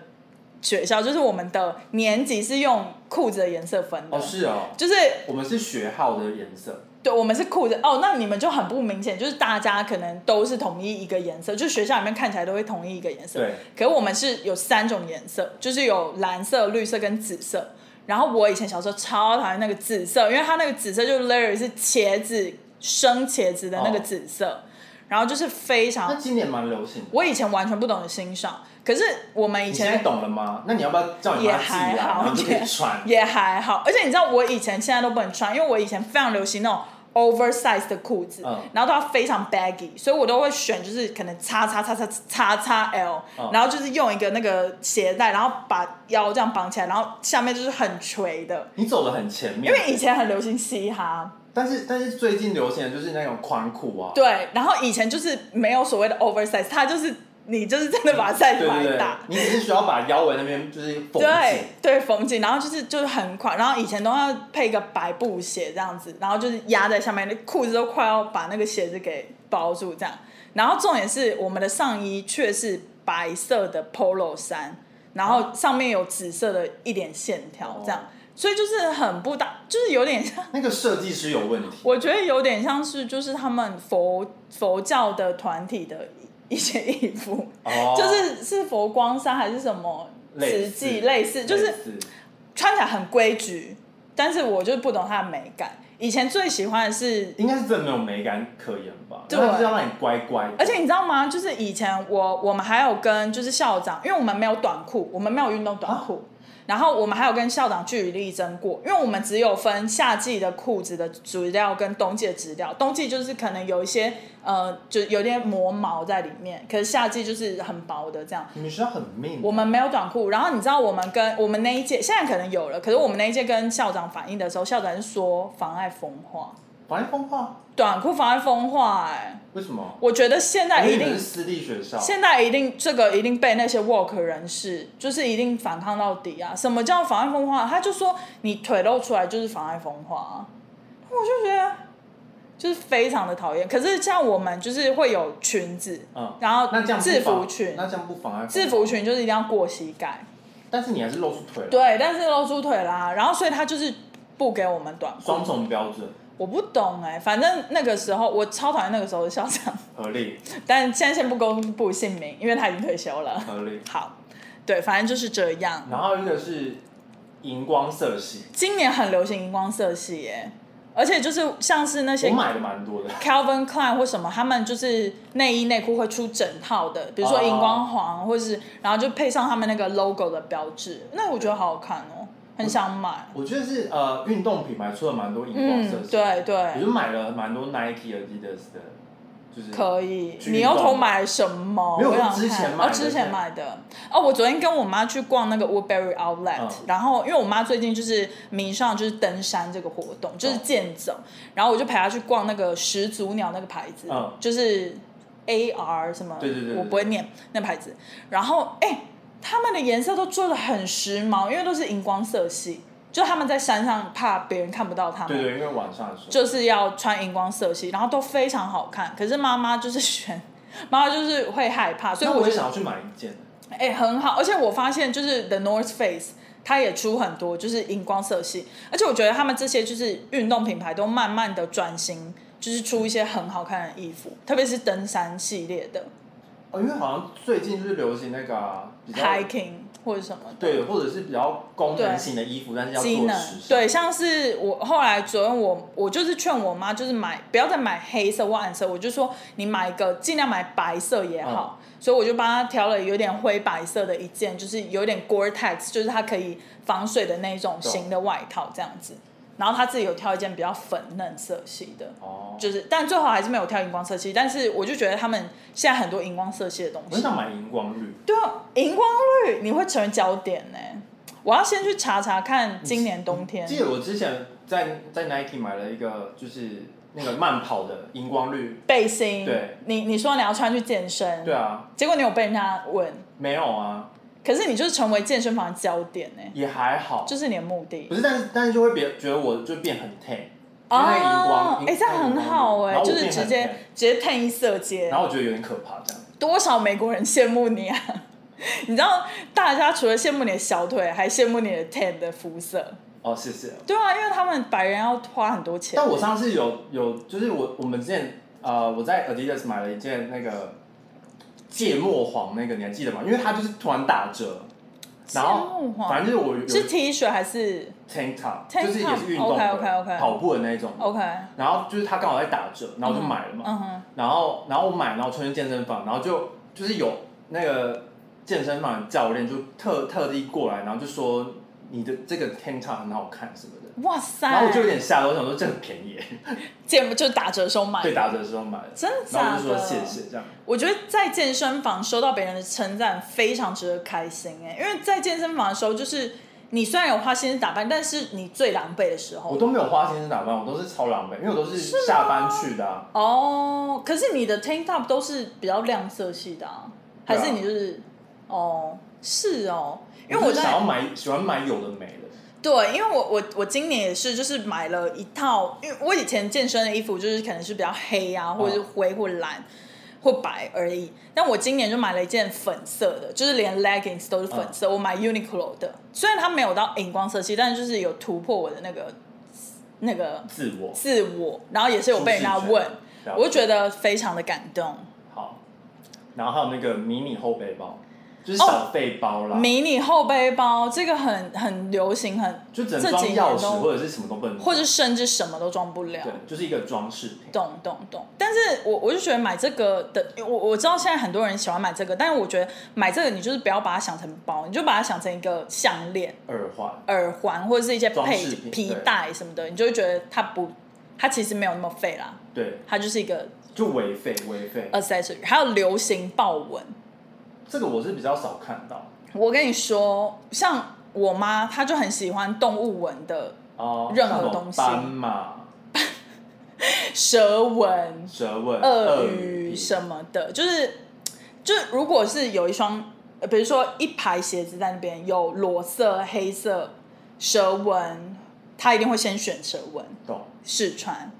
[SPEAKER 1] 学校，就是我们的年级是用裤子的颜色分的，
[SPEAKER 2] 哦，是哦，
[SPEAKER 1] 就是
[SPEAKER 2] 我们是学号的颜色，
[SPEAKER 1] 对，我们是裤子哦，那你们就很不明显，就是大家可能都是统一一个颜色，就学校里面看起来都会统一一个颜色。
[SPEAKER 2] 对，
[SPEAKER 1] 可我们是有三种颜色，就是有蓝色、绿色跟紫色。然后我以前小时候超讨厌那个紫色，因为它那个紫色就是 Larry 是茄子生茄子的那个
[SPEAKER 2] 哦
[SPEAKER 1] 紫色，然后就是非常
[SPEAKER 2] 那今年蛮流行的。
[SPEAKER 1] 我以前完全不懂得欣赏，可是我们以
[SPEAKER 2] 你现在
[SPEAKER 1] 前
[SPEAKER 2] 懂了吗？那你要不要叫你妈寄来，
[SPEAKER 1] 也还好
[SPEAKER 2] 然后就可以穿？
[SPEAKER 1] *laughs* 也还好，而且你知道我以前现在都不能穿，因为我以前非常流行那种 oversize 的裤子，
[SPEAKER 2] 嗯
[SPEAKER 1] 然后都要非常 baggy，所以我都会选就是可能叉叉叉叉叉叉 L，、
[SPEAKER 2] 嗯
[SPEAKER 1] 然后就是用一个那个鞋带，然后把腰这样绑起来，然后下面就是很垂的，
[SPEAKER 2] 你走的很前
[SPEAKER 1] 因
[SPEAKER 2] 面，
[SPEAKER 1] 为以前很流行嘻哈，
[SPEAKER 2] 但是但是最近流行的就是那种宽裤啊，
[SPEAKER 1] 对，然后以前就是没有所谓的 oversize，它就是你就是真的把 size
[SPEAKER 2] 对
[SPEAKER 1] 买大。
[SPEAKER 2] 对对，你只是需要把腰围那边就是缝
[SPEAKER 1] 对
[SPEAKER 2] 紧，
[SPEAKER 1] 对，缝紧，然后就是就是很宽，然后以前都要配一个白布鞋这样子，然后就是压在下面，那裤子都快要把那个鞋子给包住这样。然后重点是我们的上衣却是白色的 polo 衫，然后上面有紫色的一点线条这样，
[SPEAKER 2] 哦
[SPEAKER 1] 所以就是很不搭，就是有点像，
[SPEAKER 2] 那个设计师有问题。
[SPEAKER 1] 我觉得有点像是就是他们佛佛教的团体的一些衣服，
[SPEAKER 2] 哦，
[SPEAKER 1] 就是是佛光山还是什么
[SPEAKER 2] 类
[SPEAKER 1] 实
[SPEAKER 2] 似
[SPEAKER 1] 际类似，就是。穿起来很规矩，但是我就是不懂它的美感。以前最喜欢的是，
[SPEAKER 2] 应该是真的没有美感可言吧？
[SPEAKER 1] 对
[SPEAKER 2] 那就是要让你乖乖的。
[SPEAKER 1] 而且你知道吗？就是以前我我们还有跟就是校长，因为我们没有短裤，我们没有运动短裤，然后我们还有跟校长据理力争过，因为我们只有分夏季的裤子的质料跟冬季的质料，冬季就是可能有一些呃就有点磨毛在里面，可是夏季就是很薄的这样。
[SPEAKER 2] 你们学校很命，
[SPEAKER 1] 我们没有短裤，然后你知道我们跟我们那一届现在可能有了，可是我们那一届跟校长反映的时候，校长是说妨碍风化，
[SPEAKER 2] 法律风化
[SPEAKER 1] 短裤妨碍风化、哎，
[SPEAKER 2] 为什么？
[SPEAKER 1] 我觉得现在
[SPEAKER 2] 因为
[SPEAKER 1] 一
[SPEAKER 2] 你们是
[SPEAKER 1] 定，
[SPEAKER 2] 私立学校，
[SPEAKER 1] 现在一定这个一定被那些 work 人士就是一定反抗到底啊！什么叫妨碍风化？他就说你腿露出来就是妨碍风化、啊，我就觉得就是非常的讨厌。可是像我们就是会有裙子，
[SPEAKER 2] 嗯，
[SPEAKER 1] 然后
[SPEAKER 2] 那这样不
[SPEAKER 1] 制
[SPEAKER 2] 妨
[SPEAKER 1] 服裙，
[SPEAKER 2] 那这样不妨碍
[SPEAKER 1] 制服，裙就是一定要过膝盖。
[SPEAKER 2] 但是你还是露出腿了，
[SPEAKER 1] 对，但是露出腿啦，然后所以他就是不给我们短裤。
[SPEAKER 2] 双重标准
[SPEAKER 1] 我不懂哎、反正那个时候我超讨厌那个时候的校长，
[SPEAKER 2] 合理
[SPEAKER 1] 但现在先不公布姓名，因为他已经退休了。
[SPEAKER 2] 合
[SPEAKER 1] *laughs*
[SPEAKER 2] 理。
[SPEAKER 1] 好，对，反正就是这样。
[SPEAKER 2] 然后一个是荧光色系，
[SPEAKER 1] 今年很流行荧光色系耶、而且就是像是那
[SPEAKER 2] 我
[SPEAKER 1] 些
[SPEAKER 2] 买的蛮多的，
[SPEAKER 1] Calvin Klein 或什么，他们就是内衣内裤会出整套的，比如说
[SPEAKER 2] 哦
[SPEAKER 1] 荧光黄，或是然后就配上他们那个 logo 的标志，那我觉得好好看哦、很想买。
[SPEAKER 2] 我觉得是呃运动品牌出了蛮多荧光色
[SPEAKER 1] 嗯，
[SPEAKER 2] 系，
[SPEAKER 1] 对对。
[SPEAKER 2] 我就买了蛮多 Nike、Adidas 的，就是
[SPEAKER 1] 可以，
[SPEAKER 2] 去
[SPEAKER 1] 你
[SPEAKER 2] 运
[SPEAKER 1] 又
[SPEAKER 2] 动
[SPEAKER 1] 偷买了什么？
[SPEAKER 2] 没有
[SPEAKER 1] 我想
[SPEAKER 2] 我之前
[SPEAKER 1] 看
[SPEAKER 2] 买
[SPEAKER 1] 哦，
[SPEAKER 2] 的
[SPEAKER 1] 之前买的哦。我昨天跟我妈去逛那个 Woodbury Outlet，、
[SPEAKER 2] 嗯
[SPEAKER 1] 然后因为我妈最近就是迷上就是登山这个活动，
[SPEAKER 2] 嗯
[SPEAKER 1] 就是健走，然后我就陪她去逛那个始祖鸟那个牌子，
[SPEAKER 2] 嗯
[SPEAKER 1] 就是。A R 什么？
[SPEAKER 2] 对对对对
[SPEAKER 1] 我不会念那牌子。然后哎、他们的颜色都做的很时髦，因为都是荧光色系，就他们在山上怕别人看不到他们，
[SPEAKER 2] 对对，因为晚上的时候，
[SPEAKER 1] 就是要穿荧光色系，然后都非常好看。可是妈妈就是选， *laughs* 妈妈就是会害怕，所以
[SPEAKER 2] 那我
[SPEAKER 1] 我
[SPEAKER 2] 也
[SPEAKER 1] 就
[SPEAKER 2] 想要去买一件，
[SPEAKER 1] 哎、很好，而且我发现就是 The North Face。它也出很多，就是荧光色系，而且我觉得他们这些就是运动品牌都慢慢的转型，就是出一些很好看的衣服，特别是登山系列的
[SPEAKER 2] 哦，因为好像最近就是流行那个啊、比较
[SPEAKER 1] hiking 或者什么的。
[SPEAKER 2] 对，或者是比较功能性的衣服，但是要
[SPEAKER 1] 机
[SPEAKER 2] 做
[SPEAKER 1] 能
[SPEAKER 2] 时尚。
[SPEAKER 1] 对，像是我后来昨天我我就是劝我妈，就是买不要再买黑色或暗色，我就说你买一个尽量买白色也
[SPEAKER 2] 嗯
[SPEAKER 1] 好，所以我就帮她挑了有点灰白色的一件，就是有点 Gore-Tex，就是它可以防水的那种
[SPEAKER 2] 懂
[SPEAKER 1] 型的外套这样子。然后她自己有挑一件比较粉嫩色系的，
[SPEAKER 2] 哦，
[SPEAKER 1] 就是但最后还是没有挑荧光色系，但是我就觉得他们现在很多荧光色系的东
[SPEAKER 2] 我
[SPEAKER 1] 西
[SPEAKER 2] 很，想买荧光绿，
[SPEAKER 1] 对啊，荧光绿你会成为焦点呢、我要先去查查看今年冬天。
[SPEAKER 2] 记得我之前在在 Nike 买了一个，就是那个慢跑的荧光绿。
[SPEAKER 1] 背心，
[SPEAKER 2] 对，
[SPEAKER 1] 你你说你要穿去健身，
[SPEAKER 2] 对啊，
[SPEAKER 1] 结果你有被人家问，
[SPEAKER 2] 没有啊，
[SPEAKER 1] 可是你就是成为健身房的焦点呢、
[SPEAKER 2] 也还好，
[SPEAKER 1] 就是你的目的
[SPEAKER 2] 不。是，但是但是就会别觉得我就变很 tan，因为那个荧
[SPEAKER 1] 哦
[SPEAKER 2] 光，
[SPEAKER 1] 哎、这样很好哎、
[SPEAKER 2] 然后我
[SPEAKER 1] 就是
[SPEAKER 2] 变
[SPEAKER 1] 直
[SPEAKER 2] 很
[SPEAKER 1] 接
[SPEAKER 2] tan，
[SPEAKER 1] 直接褪衣色阶
[SPEAKER 2] 然，后我觉得有点可怕这样。
[SPEAKER 1] 多少美国人羡慕你啊！ *laughs* 你知道，大家除了羡慕你的小腿，还羡慕你的 tan 的肤色。
[SPEAKER 2] 哦，谢谢。
[SPEAKER 1] 对啊，因为他们白人要花很多钱
[SPEAKER 2] 但。我上次有有，就是我我们之前呃，我在 Adidas 买了一件那个芥末黄那个，你还记得吗？因为它就是突然打折，
[SPEAKER 1] 芥
[SPEAKER 2] 然后
[SPEAKER 1] 末黄
[SPEAKER 2] 反正就是我有
[SPEAKER 1] 是 T 恤还是
[SPEAKER 2] tank top，
[SPEAKER 1] tank
[SPEAKER 2] 就是也
[SPEAKER 1] top，
[SPEAKER 2] 是运动
[SPEAKER 1] OK，OK，OK
[SPEAKER 2] 的，跑步的那一种。
[SPEAKER 1] OK？
[SPEAKER 2] 然后就是它刚好在打折，然后就买了嘛。
[SPEAKER 1] 嗯哼，
[SPEAKER 2] 然后然后我买，然后冲去健身房，然后就就是有那个健身房的教练就特特地过来，然后就说你的这个 tank top 很好看什么的。
[SPEAKER 1] 哇塞！
[SPEAKER 2] 然后我就有点吓到，我想说这很便宜，
[SPEAKER 1] 见不就打折的时候买
[SPEAKER 2] 对，打折的时候买的。
[SPEAKER 1] 真的
[SPEAKER 2] 然
[SPEAKER 1] 假
[SPEAKER 2] 后就说
[SPEAKER 1] 的？
[SPEAKER 2] 谢谢这样。
[SPEAKER 1] 我觉得在健身房收到别人的称赞非常值得开心哎、因为在健身房的时候，就是你虽然有花心思打扮，但是你最狼狈的时
[SPEAKER 2] 我
[SPEAKER 1] 候
[SPEAKER 2] 都没有花心思打扮，我都是超狼狈，因为我都是下班去的、啊。
[SPEAKER 1] 哦。可是你的 tank top 都是比较亮色系的、啊，还
[SPEAKER 2] 对啊
[SPEAKER 1] 是你就是、哦是哦，因为我
[SPEAKER 2] 就是想
[SPEAKER 1] 在
[SPEAKER 2] 要买，喜欢买有的没的。
[SPEAKER 1] 对，因为我我我今年也是，就是买了一套，因为我以前健身的衣服就是可能是比较黑啊，或者是灰或蓝或白而已。但我今年就买了一件粉色的，就是连 leggings 都是粉
[SPEAKER 2] 嗯
[SPEAKER 1] 色。我买 Uniqlo 的，虽然它没有到荧光色系，但是就是有突破我的那个那个
[SPEAKER 2] 自我，
[SPEAKER 1] 自我，然后也是有被人家
[SPEAKER 2] 舒适
[SPEAKER 1] 问
[SPEAKER 2] 圈，了解
[SPEAKER 1] 我就觉得非常的感动。
[SPEAKER 2] 好。然后还有那个迷你后背包，就是小背包啦，
[SPEAKER 1] 哦迷你后背包这个很很流行，很
[SPEAKER 2] 就只
[SPEAKER 1] 这
[SPEAKER 2] 能装
[SPEAKER 1] 几
[SPEAKER 2] 钥
[SPEAKER 1] 年
[SPEAKER 2] 匙
[SPEAKER 1] 都，
[SPEAKER 2] 或者是什么都不能装，
[SPEAKER 1] 或者啊甚至什么都装不了。
[SPEAKER 2] 对，就是一个装饰品。
[SPEAKER 1] 懂懂懂，但是我我就觉得买这个的，我我知道现在很多人喜欢买这个，但是我觉得买这个你就是不要把它想成包，你就把它想成一个项链、
[SPEAKER 2] 耳环，
[SPEAKER 1] 耳环或者是一些
[SPEAKER 2] 装
[SPEAKER 1] 配
[SPEAKER 2] 饰品
[SPEAKER 1] 皮
[SPEAKER 2] 对
[SPEAKER 1] 带什么的，你就会觉得它不，它其实没有那么费啦，
[SPEAKER 2] 对，
[SPEAKER 1] 它就是一个
[SPEAKER 2] 就违费违费。
[SPEAKER 1] accessory。还有流行豹纹，
[SPEAKER 2] 这个我是比较少看到
[SPEAKER 1] 我跟你说，像我妈她就很喜欢动物纹的
[SPEAKER 2] 哦，
[SPEAKER 1] 任
[SPEAKER 2] 像
[SPEAKER 1] 何
[SPEAKER 2] 什么
[SPEAKER 1] 东西
[SPEAKER 2] 斑马、
[SPEAKER 1] 蛇纹、
[SPEAKER 2] 蛇纹、
[SPEAKER 1] 鳄
[SPEAKER 2] 鱼
[SPEAKER 1] 鱼什么的，就是就如果是有一双，呃比如说一排鞋子在那边有裸色、黑色、蛇纹，他一定会先选蛇纹
[SPEAKER 2] 懂？
[SPEAKER 1] 试穿，